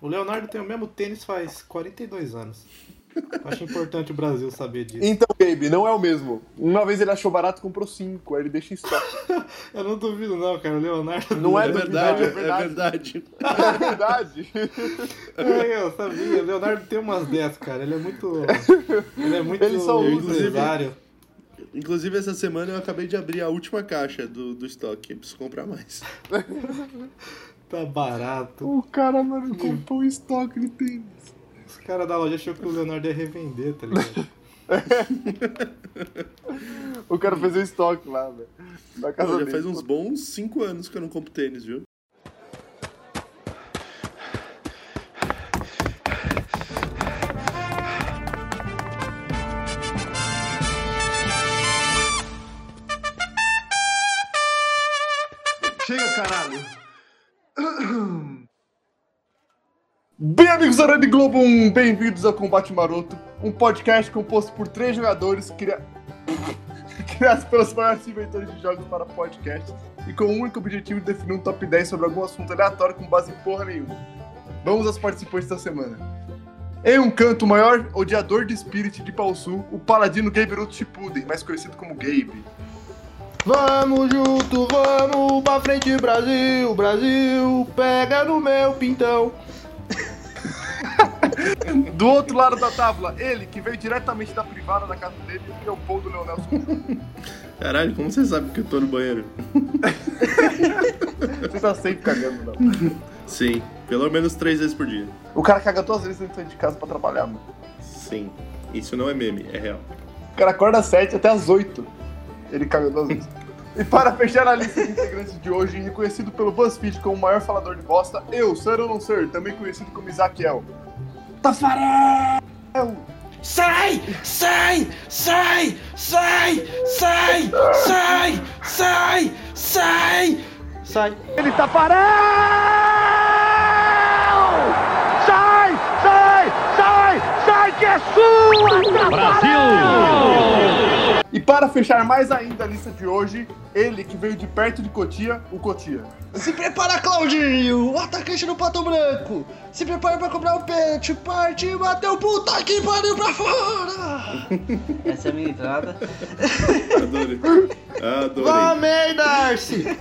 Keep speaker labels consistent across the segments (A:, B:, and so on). A: O Leonardo tem o mesmo tênis faz 42 anos. Acho importante o Brasil saber disso.
B: Então, Gabe, não é o mesmo. Uma vez ele achou barato, comprou cinco, aí ele deixa em estoque.
A: Eu não duvido, não, cara. O Leonardo.
B: Não é,
C: É verdade, é
B: duvidar, é
C: verdade.
B: É verdade.
A: É, eu sabia. O Leonardo tem umas dessas, cara. Ele é muito. Ele é muito
B: Ele só usa,
A: empresário.
C: Inclusive, essa semana eu acabei de abrir a última caixa do, do estoque. Eu preciso comprar mais.
A: Tá barato.
B: o cara, mano, comprou um estoque de tênis.
A: Os caras da loja achou que o Leonardo ia revender, tá ligado?
B: O cara fez um estoque lá, velho. Na casa
C: Pô, já
B: dele.
C: faz uns bons 5 anos que eu não compro tênis, viu?
B: Chega, caralho! Bem, amigos da Rede Globo, um bem-vindos ao Combate Maroto, um podcast composto por três jogadores cria... criados pelos maiores inventores de jogos para podcast e com o único objetivo de definir um top 10 sobre algum assunto aleatório com base em porra nenhuma. Vamos aos participantes da semana. Em um canto, o maior odiador de Spirit de Pausu, o paladino Gaberuto Shippuden, mais conhecido como Gabe.
D: Vamos junto, vamos pra frente, Brasil, Brasil, pega no meu pintão.
B: Do outro lado da tábua, ele que veio diretamente da privada da casa dele, que é o Paul do Leonel.
C: Caralho, como você sabe que eu tô no banheiro?
B: Você tá sempre cagando, não.
C: Sim, pelo menos três vezes por dia.
B: O cara caga duas vezes dentro de casa pra trabalhar, mano.
C: Sim, isso não é meme, é real.
B: O cara acorda às sete até às oito. Ele caga duas vezes. E para fechar a lista de integrantes de hoje, reconhecido pelo BuzzFeed como o maior falador de bosta, eu, ser ou não ser, também conhecido como Isaquiel. Tafarel!
D: Sai, sai, sai, sai, sai, sai, sai, sai, sai.
B: Ele Tafarel! Sai, sai, sai, sai que é sua, Brasil! E para fechar mais ainda a lista de hoje, ele que veio de perto de Cotia, o Cotia.
E: Se prepara, Claudinho, o atacante do Pato Branco. Se prepara pra cobrar o pênalti, parte, bateu, puta que pariu pra fora.
F: Essa é a minha entrada.
C: Adorei. Adorei.
D: Amei, Darcy.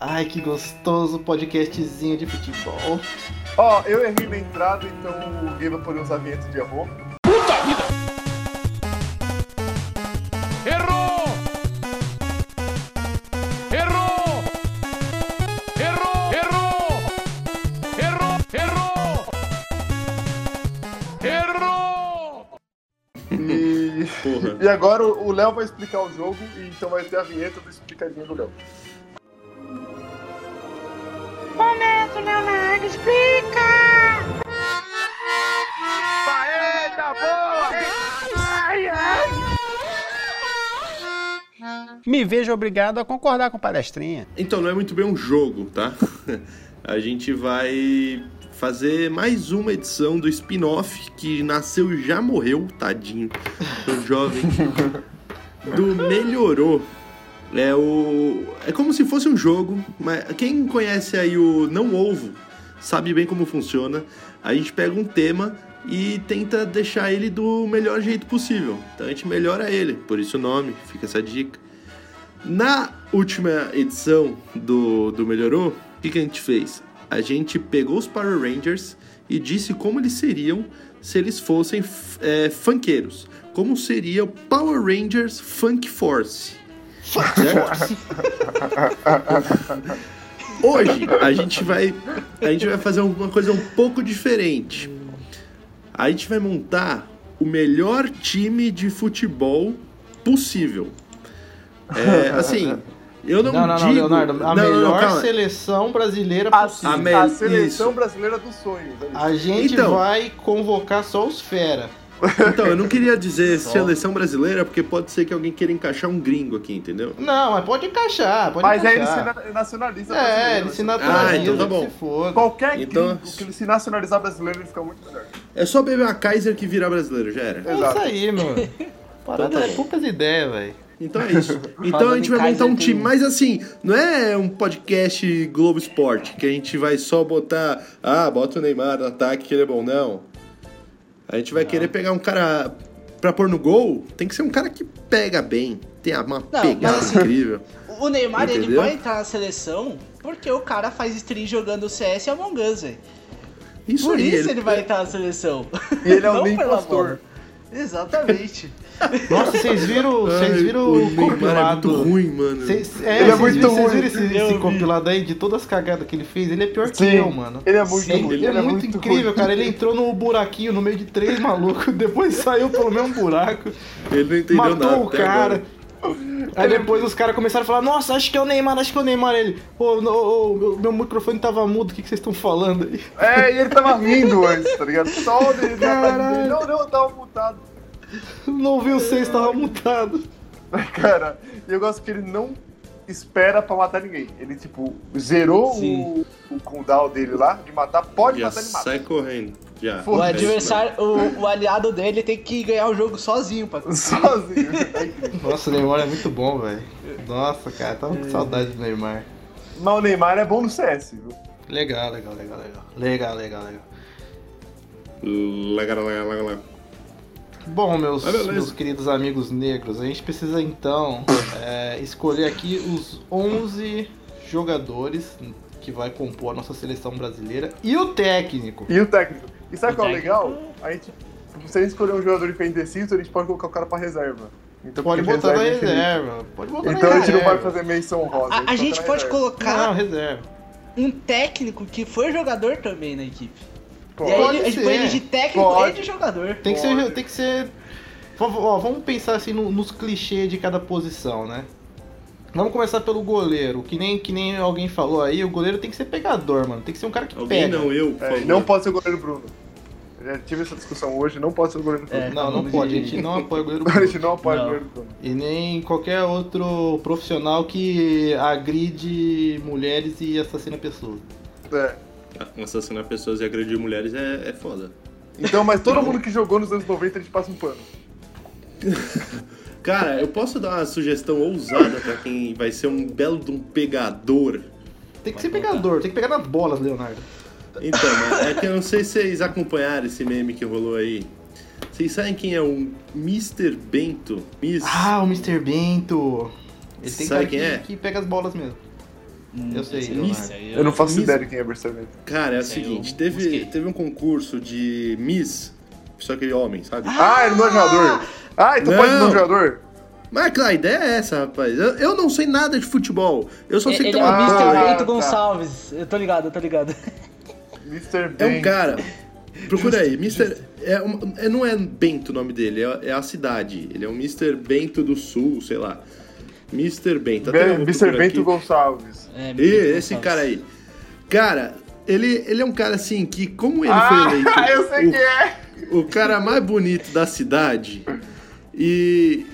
D: Ai, que gostoso podcastzinho de futebol.
B: Ó, eu errei na entrada, então o Gui vai poder usar a vinheta de errou. E,
C: Porra.
B: e agora o o Léo vai explicar o jogo, e então vai ter a vinheta do explicadinho do Léo.
G: Começa o Leonardo explica!
H: Me vejo obrigado a concordar com o palestrinha.
C: Então, não é muito bem um jogo, tá? A gente vai fazer mais uma edição do spin-off que nasceu e já morreu, tadinho, do jovem, do Melhorou. É o é como se fosse um jogo, mas quem conhece aí o Não Ovo sabe bem como funciona. A gente pega um tema e tenta deixar ele do melhor jeito possível. Então a gente melhora ele, por isso o nome, fica essa dica. Na última edição do, do Melhorou, o que, que a gente fez? A gente pegou os Power Rangers e disse como eles seriam se eles fossem f- é, funkeiros. Como seria o Power Rangers Funk Force. Certo? Hoje a gente vai a gente vai fazer uma coisa um pouco diferente. A gente vai montar o melhor time de futebol possível. É, assim, eu não,
D: Não, não, não,
C: digo...
D: Leonardo. A
C: Não, não, não,
D: melhor
C: calma.
D: seleção brasileira
B: A,
D: possível.
C: A
B: a
C: mel-
B: seleção
C: isso.
B: brasileira dos sonhos. é isso.
D: A gente
C: Então.
D: vai convocar só os fera.
C: Então, eu não queria dizer seleção brasileira, porque pode ser que alguém queira encaixar um gringo aqui, entendeu?
D: Não, mas pode encaixar, pode
B: Mas aí ele se
D: encaixar.
B: na- nacionaliza
D: É,
B: brasileiro. assim.
D: ele se naturaliza,
C: Ah, então tá
D: que
C: bom.
D: se foda.
B: Qualquer
C: Então-
B: gringo que ele se nacionalizar brasileiro, ele fica muito melhor.
C: É só beber uma Kaiser que virar brasileiro, já era.
D: É
B: Exato. Então tá
D: isso aí, mano. Parada é poucas ideias, velho.
C: Então é isso. Então a gente vai montar um time, mas assim, não é um podcast Globo Esporte, que a gente vai só botar, ah, bota o Neymar no ataque que ele é bom, não. A gente vai querer pegar um cara pra pôr no gol, tem que ser um cara que pega bem, tem uma pegada
E: mas assim-
C: incrível.
E: O Neymar, ele
C: Entendeu?
E: vai entrar na seleção porque o cara faz stream jogando CS e Among Us, velho.
C: Isso
E: Por
C: aí,
E: isso ele... vai entrar na seleção.
B: E ele é
E: Não
B: um
E: pela
B: impostor.
E: bola. Exatamente.
D: Nossa, vocês viram, vocês
C: Ai,
D: viram
C: o
D: o
C: Neymar é muito
D: compilado.
C: ruim, mano.
D: Vocês
B: Ele é
D: é, vocês
B: muito
D: viram, vocês
B: ruim.
D: viram esse,
E: Eu
D: esse
E: vi.
D: compilado aí de todas as cagadas que ele fez? Ele é pior
B: Sim.
D: que eu, mano.
B: Ele é muito ruim.
D: Ele é muito incrível,
B: ruim.
D: cara. Ele entrou no buraquinho no meio de três malucos, depois saiu pelo mesmo buraco,
C: Ele não entendeu nada.
D: matou o
C: até
D: cara.
C: agora.
D: Aí depois os caras começaram a falar: Nossa, acho que é o Neymar, acho que é o Neymar. Ele, pô, no- ô, meu, meu microfone tava mudo, o que, que vocês estão falando aí?
B: É, e ele tava rindo antes, tá ligado? Só o dele. Não, não, eu tava mutado.
D: Não ouvi vocês, tava mutado.
B: Cara, e eu gosto que ele não espera pra matar ninguém. Ele, tipo, zerou o, o cooldown dele lá de matar, pode
C: Já
B: matar, ele mata.
C: sai correndo. Já. É
E: O
B: Foda-se,
E: adversário, o, o aliado dele tem que ganhar o jogo sozinho, pra
B: Sozinho. É incrível.
D: Nossa, o Neymar é muito bom, velho. Nossa, cara, tava com saudade do Neymar.
B: Mas o Neymar é bom no CS, viu?
D: Legal, legal, legal, legal. Legal, legal, legal.
C: Laga, laga, laga, laga.
D: Bom, meus,
C: Ah, beleza.
D: meus queridos amigos negros, a gente precisa então é, escolher aqui os 11 jogadores que vai compor a nossa seleção brasileira e o técnico.
B: E o técnico. E sabe
E: O
B: qual é o
E: técnico-
B: legal? A gente, se a gente escolher um jogador que ficar indeciso, a gente pode colocar o cara pra reserva. Então,
D: Pode
B: porque
D: botar na
B: é infinito.
C: né?
D: reserva. Pode botar na
B: Então a gente
D: reserva.
B: não vai fazer menção rosa. então tá
E: A, a gente pode
D: Não,
E: colocar
D: reserva.
E: um técnico que foi jogador também na equipe.
B: Pode.
E: e aí
D: Pode
E: ele- a gente põe
D: ser.
E: ele de técnico
B: Pode.
E: e de jogador.
D: Tem que ser.
B: Pode.
D: Tem que ser... Ó, ó, vamos pensar assim no- nos clichês de cada posição, né? Vamos começar pelo goleiro. Que nem, que nem alguém falou aí, o goleiro tem que ser pegador, mano. Tem que ser um cara que
C: Alguém
D: pega.
C: não, eu, por
B: É,
C: favor.
B: não pode ser o goleiro Bruno. Eu já tive essa discussão hoje, não pode ser o goleiro Bruno.
E: É,
D: Não,
E: tá
D: não
E: bom,
D: pode. A
E: gente.
D: gente não apoia o goleiro.
B: A gente não apoia
E: Não.
B: o goleiro Bruno.
D: E nem qualquer outro profissional que agride mulheres e assassina pessoas.
B: É.
C: Ah, Assassinar pessoas e agredir mulheres é, é foda.
B: Então, mas todo mundo que jogou nos anos 90, a gente passa um pano.
C: Cara, eu posso dar uma sugestão ousada pra quem vai ser um belo de um pegador?
D: Tem que ser pegador, tem que pegar nas bolas, Leonardo.
C: Então, mas é que eu não sei se vocês acompanharam esse meme que rolou aí. Vocês sabem quem é o Mr. Bento? Miss?
D: Ah, o Mr. Bento. Ele tem cara
C: Sabe quem
D: que,
C: é? Hum,
D: que pega as bolas mesmo. Eu sei,
E: Esse
D: Leonardo.
E: esse aí
B: Eu não faço
C: Miss-
B: ideia de quem é Berserk.
C: Cara, é o
E: Esse aí eu
C: seguinte,
E: busquei.
C: teve, teve um concurso de Miss, só que homem, sabe?
B: Ah, ele não é jogador. Ah, então pode
C: Não.
B: não é jogador?
C: Mas a ideia é essa, rapaz. Eu, eu não sei nada de futebol. Eu só sei que um
E: Ele
C: tem
E: é o
C: uma
B: Ah,
E: Mr.
C: bola.
B: tá.
E: Bento Gonçalves. Eu tô ligado, eu tô ligado.
B: Mr.
C: É
B: Ben.
C: um cara. Procura aí, Mr. É um- é- não é Bento o nome dele, é, é a cidade. Ele é o Mr. Bento do Sul, sei lá. Mr. Bento. Até eu vou
B: Mr.
C: procurar
B: Bento
C: tá aqui.
B: Gonçalves.
E: É,
C: Ih, esse cara aí. Cara, ele, ele é um cara assim que, como ele foi eleito.
B: Ah, eu sei
C: o-
B: que é.
C: o cara mais bonito da cidade. E.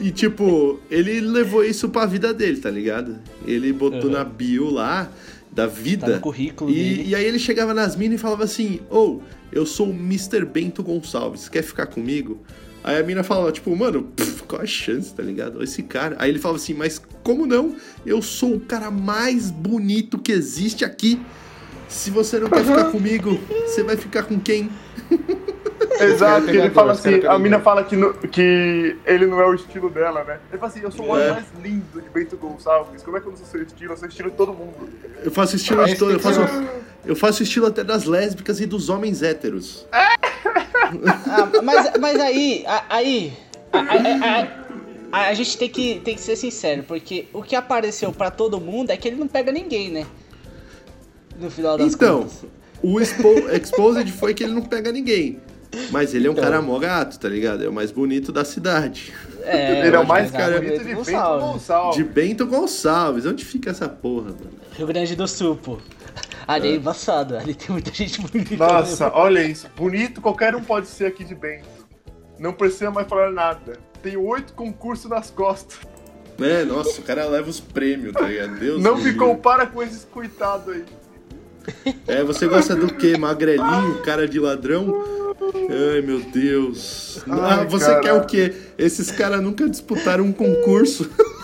C: E, tipo, ele levou isso pra vida dele, tá ligado? Ele botou na bio lá, da vida.
E: Tá no currículo
C: e,
E: dele.
C: e aí ele chegava nas minas e falava assim: Ô, eu sou o Mr. Bento Gonçalves, quer ficar comigo? Aí a mina falava, tipo, mano, pff, qual a chance, tá ligado? Esse cara. Aí ele falava assim: Mas como não? Eu sou o cara mais bonito que existe aqui. Se você não quer ficar comigo, você vai ficar com quem?
B: Exato,
D: Esse cara é
B: que ele
D: pegador,
B: fala
D: esse cara é
B: assim, a
D: pegador.
B: mina fala que, no- que ele não é o estilo dela, né? Ele fala assim, eu sou o
C: É.
B: homem mais lindo de Bento Gonçalves, como é que eu não sou seu estilo? Eu sou estilo de todo mundo.
C: Eu faço estilo de
D: Esse
C: todo, eu
D: tem que
C: faço, eu faço estilo até das lésbicas e dos homens héteros.
E: Ah, mas, mas aí, a- aí. A, a- a- a- a gente tem que, tem que ser sincero, porque o que apareceu pra todo mundo é que ele não pega ninguém, né? No final das
C: Então,
E: contas.
C: o expo- Exposed foi que ele não pega ninguém. Mas ele é um cara mó gato, tá ligado? É o mais bonito da cidade.
E: É,
B: ele é o
E: mas
B: mais
E: a mulher
B: bonito de
E: não
B: Bento
E: salva.
B: Gonçalves.
C: De Bento Gonçalves. Onde fica essa porra, mano?
E: Rio Grande do Sul, pô. Ali é, embaçado, ali tem muita gente bonita.
B: Nossa, olha isso. Bonito qualquer um pode ser aqui de Bento. Não precisa mais falar nada. Tem oito concursos nas costas.
C: É, nossa, o cara leva os prêmios, tá ligado? Deus
B: Não
C: me
B: me
C: livre.
B: compara com esses coitados aí.
C: É, você gosta do quê? Magrelinho, cara de ladrão? Ai, meu Deus. ah,
B: Ai,
C: você
B: cara.
C: quer o quê? Esses caras nunca disputaram um concurso.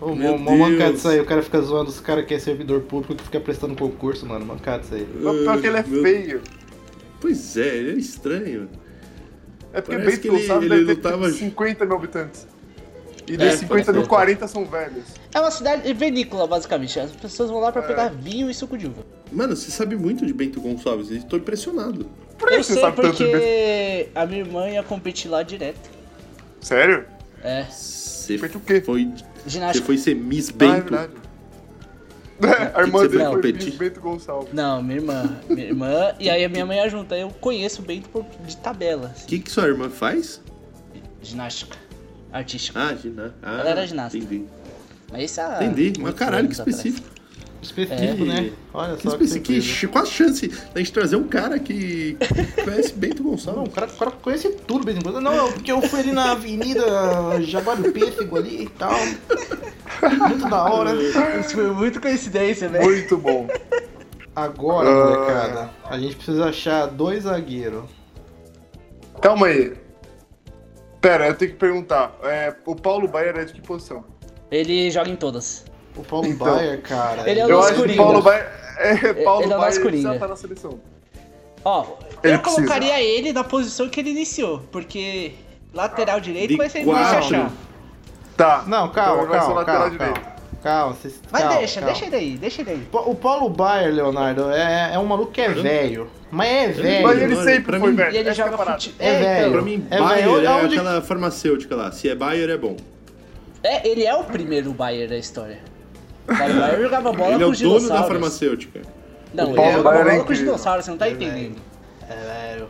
D: Ô,
C: é. Meu
D: mó mó mancada
C: Deus.
D: isso aí, o cara fica zoando os caras que é servidor público que fica prestando concurso, mano. Mancada isso aí.
B: Mas pior que ele é
C: Meu-
B: feio.
C: Pois é, ele é estranho.
B: É porque bem
C: Parece que
B: que
C: ele-
B: sabe,
C: ele
B: deve ter
C: lutava- É,
B: tipo, 50 mil habitantes. E
C: pode
B: desses 50 mil,
C: ser.
B: 40 são velhos.
E: É uma cidade vinícola, basicamente. As pessoas vão
B: É.
E: lá pra pegar vinho e suco de uva.
C: Mano, você sabe muito de Bento Gonçalves, eu tô impressionado.
B: Por que
E: Eu
B: você
E: sei
B: sabe tanto de Bento?
E: porque a minha irmã ia competir lá direto.
B: Sério?
E: É,
C: Você
B: Feito o quê?
C: foi, você
E: ginástica.
C: foi ser Miss
B: Ah, é
C: Bento.
B: verdade. a irmã
C: você
B: dele
E: vai
B: foi
C: competir?
B: Bento Gonçalves.
E: Não, minha irmã. Minha irmã e aí a minha mãe ia junto. Aí eu conheço o Bento por- de tabela.
C: O
E: assim.
C: que, que sua irmã faz?
E: Ginástica. Artística.
C: Ah, ginástica. Ah,
E: Ela era ginasta.
C: Entendi.
E: Mas isso é.
C: Entendi. Mas
E: muitos
C: caralho, que
E: anos atrás.
C: específico.
D: Específico,
C: É.
D: né? Olha
C: Que,
D: só
C: especi- que
D: surpresa.
C: ch- qual a chance da gente trazer um cara que conhece Bento
D: Não, o
C: Gonçalves?
D: cara, o cara conhece tudo, bem coisa. Não, é porque eu fui ali na Avenida Jaguário Pêssego ali e tal. Muito da hora.
E: Isso foi muito coincidência, velho.
B: Muito bom.
D: Agora,
B: Ah.
D: molecada, a gente precisa achar dois zagueiros.
B: Calma aí. Pera, eu tenho que perguntar. É, o Paulo Baier é de que posição?
E: Ele joga em todas.
D: O Paulo
B: Então.
D: Baier, cara.
E: Ele é o
B: eu
E: nosso
B: acho que o
E: Coringa.
B: Paulo Baier. É, Paulo
E: ele é o nosso
B: Baier
E: Coringa.
B: já tá na seleção.
E: Ó,
B: Ele
E: eu
B: precisa.
E: colocaria ele na posição que ele iniciou, porque lateral direito
C: de
E: vai ser difícil
C: quatro.
E: achar.
B: Tá.
D: Não,
B: Então
D: calma,
B: ele vai ser o
D: calma,
B: lateral
D: calma,
B: direito.
D: calma. Calma, vocês...
E: Mas
D: calma,
E: deixa,
D: calma.
E: deixa ele aí, deixa ele aí.
D: Pa- O Paulo Baier, Leonardo, é, é um maluco que é velho. Mas é velho.
B: Mas ele
C: Olha, pra
B: sempre foi
C: mim-
B: velho.
E: E ele
B: Essa é a
E: joga
B: parada.
E: fute- então,
D: É velho.
C: Pra mim,
D: É,
C: Bayer
D: mas
C: é
D: onde-
C: aquela farmacêutica lá. Se é Bayer, é bom.
E: É, ele é o primeiro Bayer da história. O Bayer jogava bola
C: Ele é
E: com
C: o
E: os
C: dono da
E: dinossauros.
C: farmacêutica.
E: Não, ele
B: Paulo
E: jogava
B: Baier é
E: bola com os
B: incrível.
E: dinossauros, você não tá
D: É velho.
E: entendendo.
D: É velho.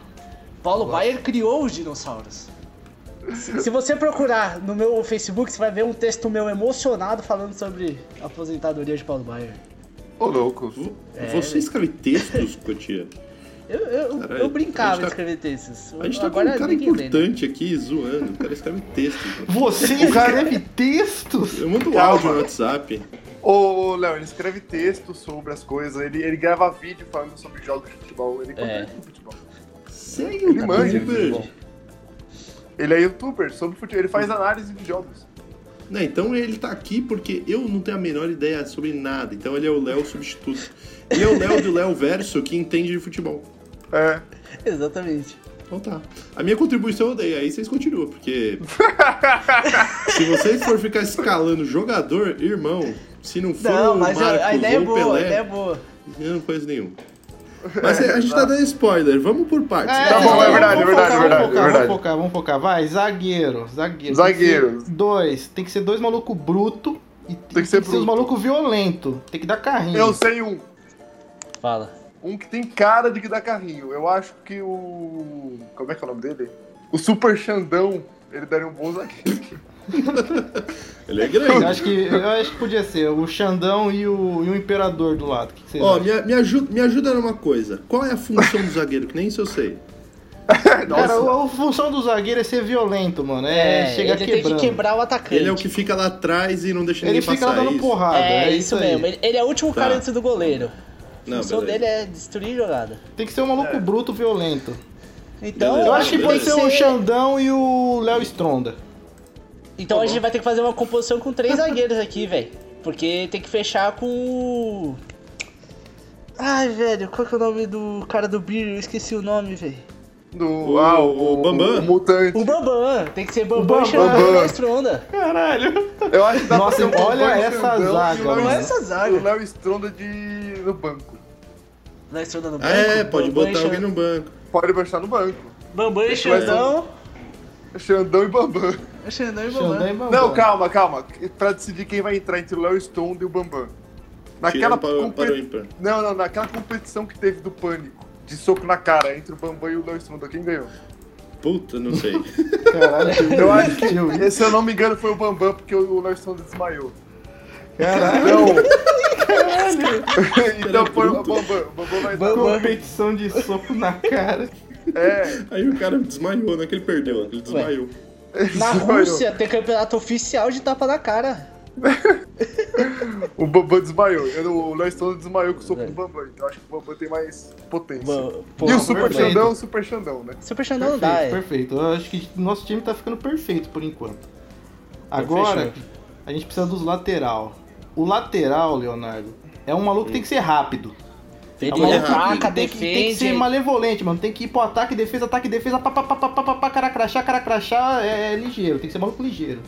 E: Paulo Baier criou os dinossauros. Se, se você procurar no meu Facebook, você vai ver um texto meu emocionado falando sobre a aposentadoria de Paulo Baier.
B: Ô, louco.
C: Vo-
E: É.
C: Você escreve textos, Cotia?
E: Eu, eu,
C: Caralho,
E: eu
C: a gente
E: brincava
C: tá-
E: de escrever textos.
C: A gente tá
E: Agora
C: com um cara
E: ninguém lê, né?
C: importante aqui zoando. O cara escreve textos. mano.
D: Você é um escreve textos?
C: Eu mando
B: Calma.
C: áudio no WhatsApp.
B: Ô, ô, Léo, ele escreve texto sobre as coisas, ele, ele grava vídeo falando sobre jogos de futebol, ele
E: É.
B: compete com futebol.
C: Segue
B: Ele manja de
C: youtuber.
B: futebol. Ele é youtuber sobre futebol, ele faz análise de jogos.
C: Né, então ele tá aqui porque eu não tenho a menor ideia sobre nada. Então ele é o Léo substituto. Ele é o Léo do Léo Verso que entende de futebol.
B: É.
E: Exatamente.
C: Então tá. A minha contribuição eu dei, aí vocês continuam, porque. se vocês for ficar escalando jogador, irmão, se não for
E: Não,
C: o
E: mas
C: Marcos
E: a, a ideia é
C: ou o
E: boa,
C: Pelé,
E: a ideia é boa.
C: eu não conheço nenhum. Mas é, a gente tá dando spoiler, vamos por partes.
D: É,
B: Tá
D: vocês
B: bom, é
D: tão-
B: verdade,
D: vamos
B: é
D: focar,
B: verdade, é verdade,
D: Vamos focar,
B: é verdade.
D: vamos focar, vamos focar. Vai, zagueiro, zagueiro.
B: Zagueiro.
D: Tem que ser Dois, tem que ser dois malucos bruto e tem,
B: que ser
D: uns
B: bruto.
D: malucos violento. Tem que dar carrinho.
B: Eu sei um.
E: Fala.
B: Um que tem cara de que dá carrinho. Eu acho que o. Como é que é o nome dele? O Super Xandão. Ele daria um bom zagueiro.
C: Ele é
D: Eu
C: grande.
D: acho que, eu acho que podia ser o Xandão e o, e o Imperador do lado. O que, que vocês
C: Ó,
D: acham?
C: me, me ajuda, me ajuda numa coisa. Qual é a função do zagueiro? Que nem isso eu sei.
D: Cara, a, a função do zagueiro é ser violento, mano. É, chegar
E: ele tem
D: quebrando.
E: que quebrar o atacante.
C: Ele é o que fica lá atrás e não deixa
D: Ele
C: ninguém
D: fica lá
C: passar
D: dando
C: isso.
D: porrada.
E: É,
D: É,
E: isso
D: aí.
E: mesmo. Ele, ele é o último
C: Tá.
E: cara antes do goleiro. A
C: Não,
E: função
C: beleza.
E: dele é destruir jogada.
D: Tem que ser um maluco
B: É.
D: bruto violento.
E: Então,
C: Beleza.
D: Eu acho que
E: tem
D: pode ser um o
E: ser-
D: Xandão e o Léo Stronda.
E: Então a gente vai ter que fazer uma composição com três zagueiros aqui, velho. Porque tem que fechar com o. Ai, velho, qual que é o nome do cara do Beer? Eu esqueci o nome, velho.
B: Do,
C: O-
B: ah,
C: o Bambam?
B: O mutante.
E: O Bambam! Tem que ser Bambam
D: Bambam.
E: chamando o Estronda.
B: Eu acho que dá
D: Nossa,
B: pra ser o
D: olha
B: Bambam, o
D: essa
B: Xandão e o
D: zaga,
B: Léo-
D: mano.
E: Não é essa
B: E o
E: zaga.
B: Léo Stronda de... no banco.
E: Na Estronda no banco.
C: Ah, é, pode
E: Bambam e
C: botar
E: Xan-
C: alguém no banco.
B: Pode baixar no banco.
E: Bambam e Xandão.
B: Xandão e Bambam.
E: Xandão
D: Xandão
E: e
D: e
E: Bambam.
D: Bambam.
B: Não, calma, calma. Pra decidir quem vai entrar entre o Léo Stronda e o Bambam. Naquela
C: Tirando para,
B: compe-
C: para o ímpar.
B: Não, não, naquela competição que teve do pânico. De soco na cara entre o Bambam e o Léo Stronda. Quem ganhou?
C: Puta, não sei.
D: Caralho,
B: Eu acho que, se eu não me engano, foi o Bambam, porque o Léo Stronda desmaiou.
D: Caralho.
B: Não, então, põe o Bambam. Bambam vai dar.
D: Competição de soco na cara.
B: É,
C: Aí o cara desmaiou, não é que ele perdeu, ele desmaiou.
E: Na
B: desmaiou.
E: Rússia tem campeonato oficial de tapa na cara.
B: O Bambam desmaiou. Eu- O Léo Stone desmaiou com o soco do Bambam. Então acho que o Bambam tem mais potência. e o Super
D: perfeito.
B: Xandão, o Super Xandão, né?
E: Super Xandão não
D: Perfeito,
E: dá, é.
D: perfeito. Eu acho que nosso time tá ficando perfeito por enquanto.
C: né?
D: Agora, a gente precisa dos lateral. O lateral, Leonardo, é um maluco que tem que ser rápido.
E: Tem
D: É um
E: que
D: maluco que
E: ataca,
D: tem, que, tem que ser
E: defende.
D: malevolente, mano. Tem que ir pro ataque, defesa, ataque, defesa, pá, pá, pá, pá, pá, pá, pá, caracrachá, caracrachá, é, é ligeiro. Tem que ser maluco ligeiro.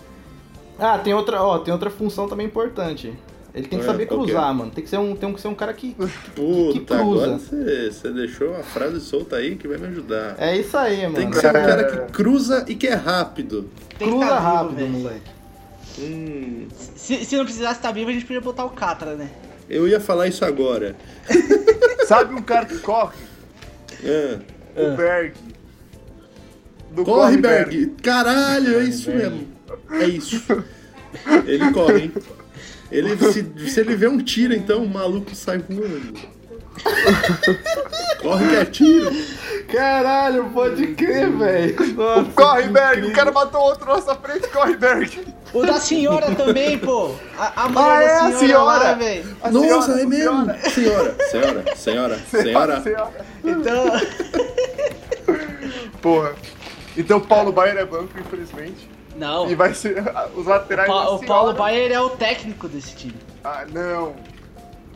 D: Ah, tem outra, ó, tem outra função também importante. Ele tem que
C: É,
D: saber
C: qual que é?
D: cruzar, mano. Tem que ser um, tem que ser um cara que
C: Puta,
D: Que cruza.
C: agora você você deixou a frase solta aí que vai me ajudar.
D: é isso aí, mano. É.
C: Tem que ser um cara que cruza e que é rápido.
E: Tem que
D: cruza
E: tá vivo,
D: rápido,
E: velho.
D: moleque.
C: Hum,
E: Se, se não precisasse estar vivo, a gente podia botar o Catra, né?
C: eu ia falar isso agora.
B: Sabe um cara que corre?
C: Ah,
B: O Berg. Do
C: corre, Berg! Caralho, é isso mesmo. É isso. Ele corre, hein? Ele, se, se ele vê um tiro, então o maluco sai voando. Corre que é tiro.
D: Caralho, pode crer, velho. Nossa,
B: Corre,
D: que
B: Berg! O
D: incrível.
B: cara matou outro na nossa frente, corre, Berg!
E: O da senhora também, pô. A, a mulher
B: Ah, é,
E: da
B: a
E: senhora,
B: senhora.
E: lá, velho.
B: A
C: Nossa,
B: senhora,
C: é
B: a
C: mesmo?
B: senhora.
C: Senhora, senhora, senhora, senhora.
B: Senhora.
E: Então,
B: Porra. Então, Paulo Baier é banco, infelizmente.
E: não.
B: E vai ser. Os laterais.
E: Pa-
B: da
E: o Paulo
B: senhora.
E: Baier é o técnico desse time.
B: Ah, não.